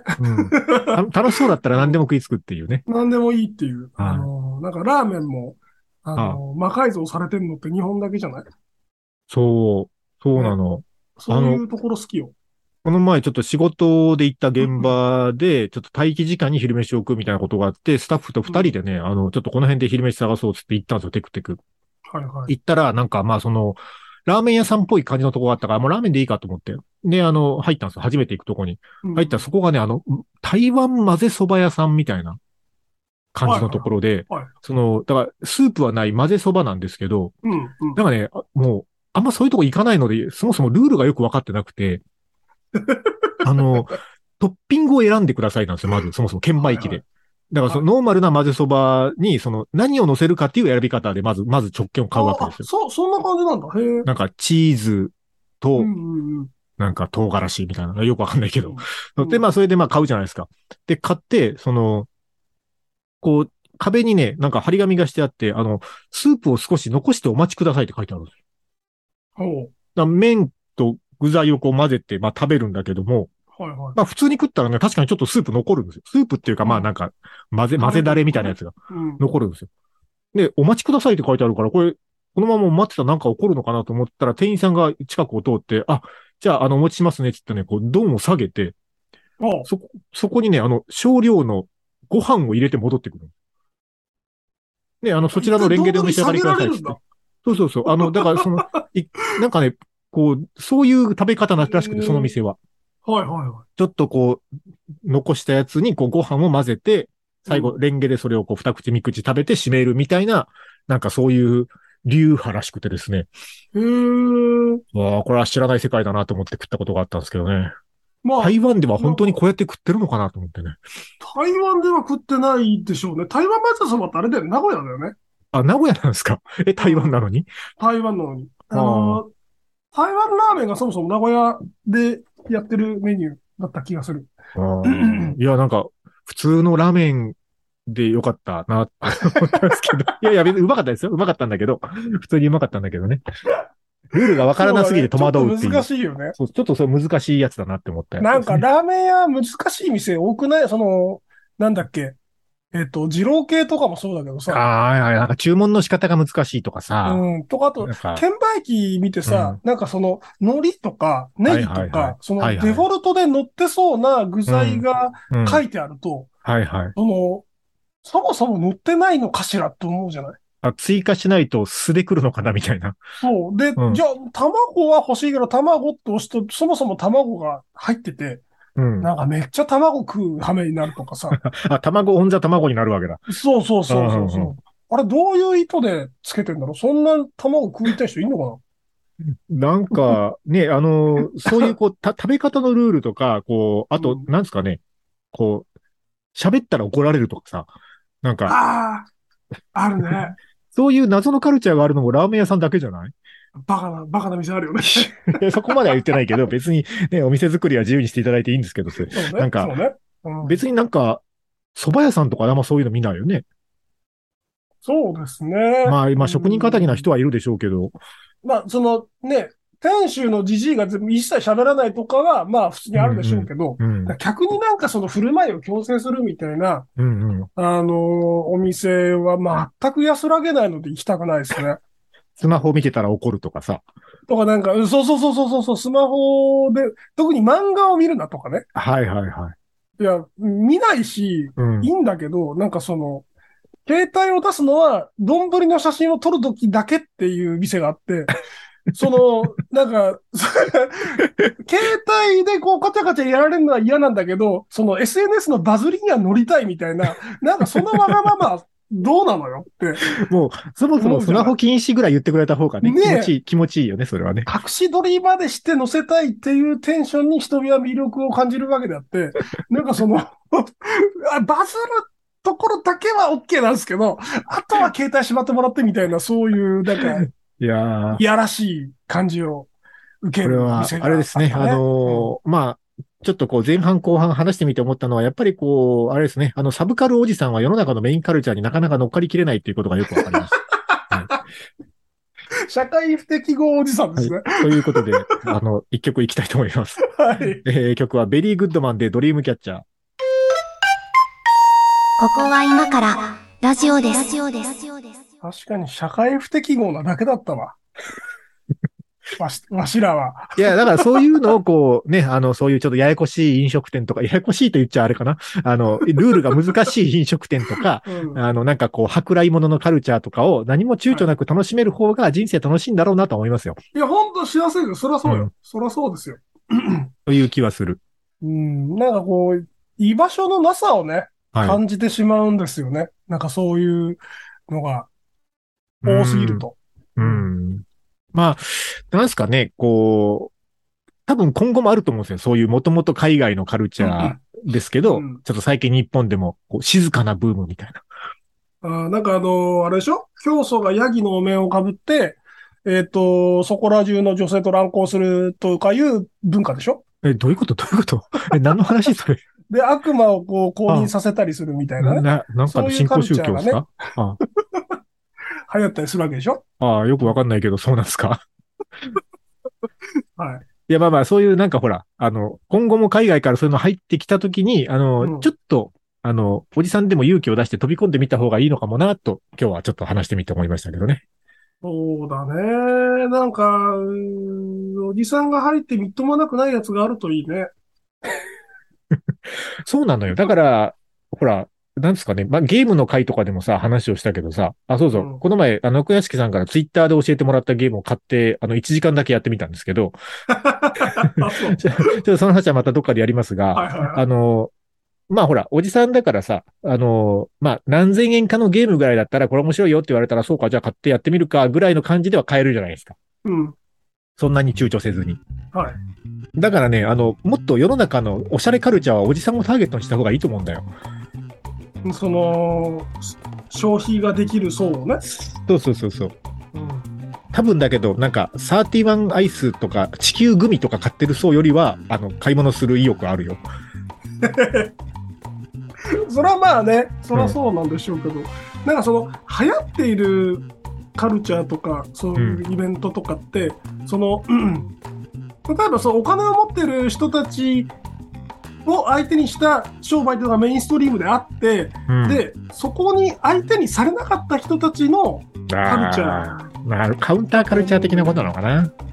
[SPEAKER 2] ん、た楽しそうだったら何でも食いつくっていうね。
[SPEAKER 3] なんでもいいっていう。
[SPEAKER 2] はい
[SPEAKER 3] あの、なんかラーメンも、あの、魔改造されてんのって日本だけじゃない
[SPEAKER 2] そう、そうなの。
[SPEAKER 3] そういうところ好きよ。
[SPEAKER 2] この前ちょっと仕事で行った現場で、ちょっと待機時間に昼飯を食うみたいなことがあって、スタッフと二人でね、あの、ちょっとこの辺で昼飯探そうっつって行ったんですよ、テクテク。
[SPEAKER 3] はいはい。
[SPEAKER 2] 行ったら、なんかまあその、ラーメン屋さんっぽい感じのとこがあったから、もうラーメンでいいかと思って。で、あの、入ったんですよ、初めて行くとこに。
[SPEAKER 3] うん
[SPEAKER 2] 入ったらそこがね、あの、台湾混ぜそば屋さんみたいな感じのところで
[SPEAKER 3] はいはいはいはい、
[SPEAKER 2] その、だから、スープはない混ぜそばなんですけど、
[SPEAKER 3] うん、うん。
[SPEAKER 2] なんかね、あもう、あんまそういうとこ行かないので、そもそもルールがよくわかってなく て、あの、トッピングを選んでくださいなんですよ、まず、そもそも、券売機
[SPEAKER 3] はい
[SPEAKER 2] で。だから、その、ノーマルな混ぜそばに、その、何を乗せるかっていう選び方で、まず、まず直券を買うわけですよ
[SPEAKER 3] あ。そう、そんな感じなんだ。へえ。
[SPEAKER 2] なんか、チーズと
[SPEAKER 3] う、んうんうん。
[SPEAKER 2] なんか、唐辛子みたいなの、よくわかんないけど。
[SPEAKER 3] うん
[SPEAKER 2] で、まあ、それでまあ、買うじゃないですか。で、買って、その、こう、壁にね、なんか張り紙がしてあって、あの、スープを少し残してお待ちくださいって書いてあるんですよ。
[SPEAKER 3] ほ
[SPEAKER 2] だから麺と具材をこう混ぜて、まあ、食べるんだけども、
[SPEAKER 3] う。はいはい。
[SPEAKER 2] まあ、普通に食ったらね、確かにちょっとスープ残るんですよ。スープっていうか、まあ、なんか、混ぜ、混ぜだれみたいなやつが
[SPEAKER 3] うん。
[SPEAKER 2] 残るんですよ。で、お待ちくださいって書いてあるから、これ、このまま待ってたらなんか起こるのかなと思ったら、店員さんが近くを通って、あ、じゃあ、あの、お持ちしますねって言ってね、こう、丼を下げて、
[SPEAKER 3] あ
[SPEAKER 2] そこ、そこにね、あの、少量のご飯を入れて戻ってくる。ね、あの、そちらのレンゲでお召し上がりくださいっつって
[SPEAKER 3] どこ。
[SPEAKER 2] そうそうそう。あの、だからその、い なんかね、こう、そういう食べ方ならしくて、その店は。
[SPEAKER 3] はいはいはい。
[SPEAKER 2] ちょっとこう、残したやつに、こう、ご飯を混ぜて、最後、レンゲでそれをこう、二口三口食べて締めるみたいな、なんかそういう流派らしくてですね。
[SPEAKER 3] へえ。
[SPEAKER 2] わあ、これは知らない世界だなと思って食ったことがあったんですけどね。
[SPEAKER 3] まあ、
[SPEAKER 2] 台湾では本当にこうやって食ってるのかなと思ってね。
[SPEAKER 3] 台湾では食ってないでしょうね。台湾マイそばってあれだよね。名古屋だよね。
[SPEAKER 2] あ、名古屋なんですかえ、台湾なのに
[SPEAKER 3] 台湾なのに。あのー、台湾ラーメンがそもそも名古屋でやってるメニューだった気がする。
[SPEAKER 2] あーいや、なんか、普通のラーメンでよかったな、と思ったんですけど。いやいや、別にうまかったですよ。うまかったんだけど。普通にうまかったんだけどね。ルールがわからなすぎて戸惑うってい
[SPEAKER 3] ちょっと
[SPEAKER 2] う。
[SPEAKER 3] 難しいよね。
[SPEAKER 2] そうちょっとそれ難しいやつだなって思ったやつ
[SPEAKER 3] な んか
[SPEAKER 2] ですね
[SPEAKER 3] ラーメン屋難しい店多くないその、なんだっけ。えっと、二郎系とかもそうだけどさ。
[SPEAKER 2] ああ、なんか注文の仕方が難しいとかさ。
[SPEAKER 3] うん。とか、あと
[SPEAKER 2] な、んか、
[SPEAKER 3] 券売機見てさ、なんかその、海苔とか、ネギとか、
[SPEAKER 2] はいはいはい
[SPEAKER 3] その
[SPEAKER 2] はい
[SPEAKER 3] デ
[SPEAKER 2] はい
[SPEAKER 3] フォルトで乗ってそうな具材が
[SPEAKER 2] うん
[SPEAKER 3] 書いてあると、
[SPEAKER 2] はいはい。
[SPEAKER 3] その、そもそも乗ってないのかしらって思うじゃない
[SPEAKER 2] あ追加しないと素で来るのかなみたいな。
[SPEAKER 3] そう。で、
[SPEAKER 2] うん
[SPEAKER 3] じゃあ、卵は欲しいけど、卵って押すと、そもそも卵が入ってて、
[SPEAKER 2] うん。
[SPEAKER 3] なんかめっちゃ卵食う羽目になると かさ。
[SPEAKER 2] あ、卵オンザ卵になるわけだ。
[SPEAKER 3] そうそうそうそうそ
[SPEAKER 2] う
[SPEAKER 3] う。
[SPEAKER 2] んうんう
[SPEAKER 3] あれ、どういう意図でつけてんだろうそんな卵食いたい人いんのかな
[SPEAKER 2] なんか、ね、あの、そういう、こう、た食べ方のルールとか、こう、あと
[SPEAKER 3] う、
[SPEAKER 2] なんですかね、こう、喋ったら怒られるとかさ、なんか、
[SPEAKER 3] ああ、あるね。
[SPEAKER 2] そういう謎のカルチャーがあるのもラーメン屋さんだけじゃない
[SPEAKER 3] バカな、バカな店ある よね。
[SPEAKER 2] いやそこまでは言ってないけど、別にね、お店作りは自由にしていただいていいんですけど、それ
[SPEAKER 3] そうね。
[SPEAKER 2] なんか
[SPEAKER 3] そうね。うん
[SPEAKER 2] 別になんか、蕎麦屋さんとかあんまそういうの見ないよね。
[SPEAKER 3] そうですね。
[SPEAKER 2] まあ、今、職人仇な人はいるでしょうけど。
[SPEAKER 3] まあ、そのね、店主のじじいが全部一切喋らないとかは、まあ普通にあるでしょうけど、
[SPEAKER 2] うん。
[SPEAKER 3] 客になんかその振る舞いを強制するみたいな、
[SPEAKER 2] うんうん。
[SPEAKER 3] あのーお店は全く安らげないので行きたくないです ね。
[SPEAKER 2] スマホ見てたら怒るとかさ。
[SPEAKER 3] とかなんか、うんそうそうそうそうそうそう、スマホで、特に漫画を見るなとかね。
[SPEAKER 2] はいはいはい。
[SPEAKER 3] いや、見ないし、
[SPEAKER 2] うん
[SPEAKER 3] い。いんだけど、なんかその、携帯を出すのは、丼の写真を撮るときだけっていう店があ って、その、なんか、 それ携帯でこう、カチャカチャやられるのは嫌なんだけど、その SNS のバズりには乗りたいみたいな、なんかそのわがまま、どうなのよって。
[SPEAKER 2] もう、そもそもスマホ禁止ぐらい言ってくれた方がね、気
[SPEAKER 3] ねえ
[SPEAKER 2] 持ちいい、気持ちいいよね、それはね。
[SPEAKER 3] 隠し撮りまでして載せたいっていうテンションに人々は魅力を感じるわけであって、 なんかその、あバズるところだけは OK なんですけど、あとは携帯しまってもらってみたいな、そういう、なん か、
[SPEAKER 2] いやー、
[SPEAKER 3] いやらしい感じを受け
[SPEAKER 2] これ
[SPEAKER 3] る
[SPEAKER 2] は、
[SPEAKER 3] 店が
[SPEAKER 2] あれですね、あのーまあ、ちょっとこう前半後半話してみて思ったのは、やっぱりこう、あれですね、あのサブカルおじさんは世の中のメインカルチャーになかなか乗っかりきれないということがよくわかりました。
[SPEAKER 3] 社会不適合おじさんですね。
[SPEAKER 2] ということ で、あの、一曲いきたいと思います。
[SPEAKER 3] はい。
[SPEAKER 2] えー曲はベリーグッドマンでドリームキャッチャー。
[SPEAKER 1] ここは今からラジオです。ラジオです。
[SPEAKER 3] 確かに社会不適合なだけだったわ。わし、わしらは。
[SPEAKER 2] いや、だからそういうのをこう、ね、あの、そういうちょっとややこしい飲食店とか、ややこしいと言っちゃあれかな。あの、ルールが難しい飲食店とか、
[SPEAKER 3] うん
[SPEAKER 2] あの、なんかこう、舶来物のカルチャーとかを何も躊躇なく楽しめる方が人生楽しいんだろうなと思いますよ。
[SPEAKER 3] いや、ほんと幸せですよ。そりゃそうよ。
[SPEAKER 2] うん
[SPEAKER 3] そりゃそうですよ。
[SPEAKER 2] という気はする。
[SPEAKER 3] うん、なんかこう、居場所のなさをね、
[SPEAKER 2] はい。
[SPEAKER 3] 感じてしまうんですよね。なんかそういうのが多すぎると。
[SPEAKER 2] うん。うん。まあ、なんすかね、こう、多分今後もあると思うんですよ。そういうもともと海外のカルチャーですけど、
[SPEAKER 3] うん
[SPEAKER 2] ちょっと最近日本でもこう静かなブームみたいな。
[SPEAKER 3] あーなんかあのーあれでしょ教祖がヤギのお面をかぶって、えっと、そこら中の女性と乱交するとかいう文化でしょ
[SPEAKER 2] え、どういうことどういうこと え、何の話 それ
[SPEAKER 3] で、悪魔をこう、降臨させたりするみたいなね、
[SPEAKER 2] な、なんかの新興宗教ですかあ
[SPEAKER 3] 流行ったりするわけでしょ
[SPEAKER 2] ああ、よくわかんないけど、そうなんですか
[SPEAKER 3] はい。
[SPEAKER 2] いや、まあまあ、そういうなんかほら、あの、今後も海外からそういうの入ってきたときに、あの、
[SPEAKER 3] うん
[SPEAKER 2] ちょっと、あの、おじさんでも勇気を出して飛び込んでみた方がいいのかもな、と、今日はちょっと話してみて思いましたけどね。
[SPEAKER 3] そうだね。なんか、うーんおじさんが入ってみっともなくないやつがあるといいね。
[SPEAKER 2] そうなのよ。だから、ほら、なんですかね、まあ、ゲームの回とかでもさ、話をしたけどさ、あ、そうそう、
[SPEAKER 3] うん
[SPEAKER 2] この前、あの、奥屋敷さんからツイッターで教えてもらったゲームを買って、あの、1時間だけやってみたんですけど、
[SPEAKER 3] あ、そう。
[SPEAKER 2] ちょちょっとその話はまたどっかでやりますが、
[SPEAKER 3] はいはいはい。
[SPEAKER 2] あの、まあほら、おじさんだからさ、あの、まあ何千円かのゲームぐらいだったらこれ面白いよって言われたらそうか、じゃあ買ってやってみるかぐらいの感じでは買えるじゃないですか。
[SPEAKER 3] うん。
[SPEAKER 2] そんなに躊躇せずに。
[SPEAKER 3] はい。
[SPEAKER 2] だからね、あの、もっと世の中のおしゃれカルチャーはおじさんをターゲットにした方がいいと思うんだよ。
[SPEAKER 3] その、し消費ができる層をね。
[SPEAKER 2] そうそうそうそう。多分だけど、なんか、サーティワンアイスとか、地球グミとか買ってる層よりは、あの、買い物する意欲あるよ。
[SPEAKER 3] それはまあね、そりゃそうなんでしょうけど、なんかその、流行っているカルチャーとか、そういうイベントとかって、その、うん例えばそのお金を持ってる人たちを相手にした商売というのがメインストリームであって、
[SPEAKER 2] うん、
[SPEAKER 3] で、そこに相手にされなかった人たちの、
[SPEAKER 2] カ
[SPEAKER 3] ルチャ
[SPEAKER 2] ー。なるカウンターカルチャー的なことなのか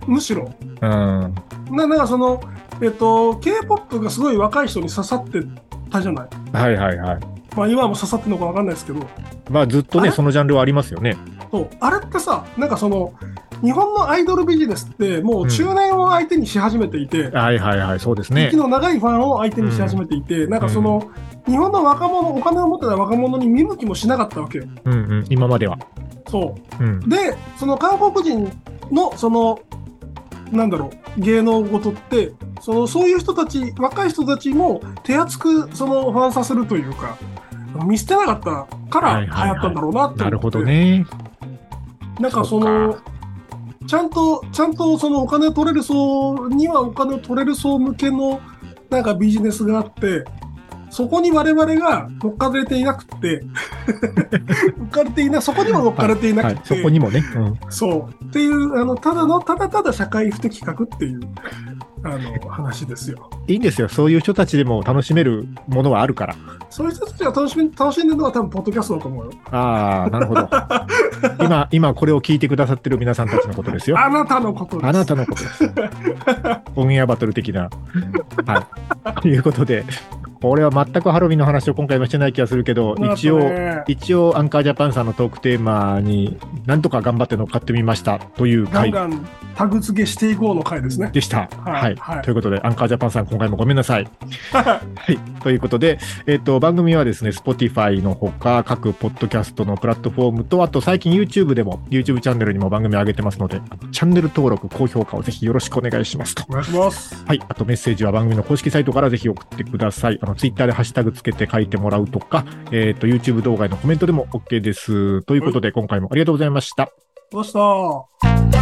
[SPEAKER 3] むしろ、
[SPEAKER 2] な。うん。
[SPEAKER 3] ななんかその、えっと、K-POP がすごい若い人に刺さってたじゃない。
[SPEAKER 2] はいはいはい。
[SPEAKER 3] まあ今も刺さってるのかわかんないですけど、
[SPEAKER 2] まあずっと
[SPEAKER 3] あ
[SPEAKER 2] ね、
[SPEAKER 3] れ
[SPEAKER 2] そのジャンルはありますよね。
[SPEAKER 3] そうあれってさ、なんかその、日本のアイドルビジネスって、もう中年を相手にし始めていて、
[SPEAKER 2] はいはいはい、そうですね
[SPEAKER 3] 息。の長いファンを相手にし始めていて、なんかその、日本の若者、お金を持ってた若者に見向きもしなかったわけよ。
[SPEAKER 2] うんうん、今までは。
[SPEAKER 3] そ
[SPEAKER 2] うん
[SPEAKER 3] う。。で、その韓国人の、その、なんだろう、芸能事って、その、そういう人たち、若い人たちも手厚く、その、ファンさせるというか、見捨てなかったから
[SPEAKER 2] はい
[SPEAKER 3] 流
[SPEAKER 2] はいはい
[SPEAKER 3] 行ったんだろうなって思って。
[SPEAKER 2] なるほどね。
[SPEAKER 3] なんかその
[SPEAKER 2] そ
[SPEAKER 3] ちゃんとちゃんとそのお金を取れる層にはお金を取れる層向けのなんかビジネスがあってそこに我々が乗っかれていな くて乗っかれていなそこにも乗っかれていな
[SPEAKER 2] はい
[SPEAKER 3] く、て、
[SPEAKER 2] そこにもね。うん
[SPEAKER 3] そうっていうあのただのただただ社会不適格っていうあの話ですよ
[SPEAKER 2] いいんですよ。そういう人たちでも楽しめるものはあるから。
[SPEAKER 3] そういう人たちが楽しみ楽しんでるのは多分ポッドキャストだと思うよ
[SPEAKER 2] ああ、なるほ ど。今、今これを聞いてくださってる皆さんたちのことですよ。
[SPEAKER 3] あなたのことです
[SPEAKER 2] あなたのこと です。オンエアバトル的な。はい。ということで、俺は全くハロウィンの話を今回はしてない気がするけど、
[SPEAKER 3] まあ
[SPEAKER 2] 一
[SPEAKER 3] あと
[SPEAKER 2] 応、
[SPEAKER 3] ね
[SPEAKER 2] 一応、アンカージャパンさんのトークテーマに、なんとか頑張って乗っかってみましたという
[SPEAKER 3] ガン
[SPEAKER 2] 回
[SPEAKER 3] ガンタグ付けしていこうの回ですね
[SPEAKER 2] でした。
[SPEAKER 3] はい
[SPEAKER 2] はい。
[SPEAKER 3] はい
[SPEAKER 2] ということで、アンカージャパンさん、今回もごめんなさい。 はい。ということで、えっ、と、番組はですね、Spotify のほか、各ポッドキャストのプラットフォームと、あと最近 YouTube でも、YouTube チャンネルにも番組上げてますので、チャンネル登録、高評価をぜひよろしくお願いしますと。
[SPEAKER 3] お願いします
[SPEAKER 2] はい。あとメッセージは番組の公式サイトからぜひ送ってください。あの、ツイッターでハッシュタグつけて書いてもらうとか、えっ、と、YouTube 動画へのコメントでも OK です。ということで、今回もありがとうございました。
[SPEAKER 3] どうした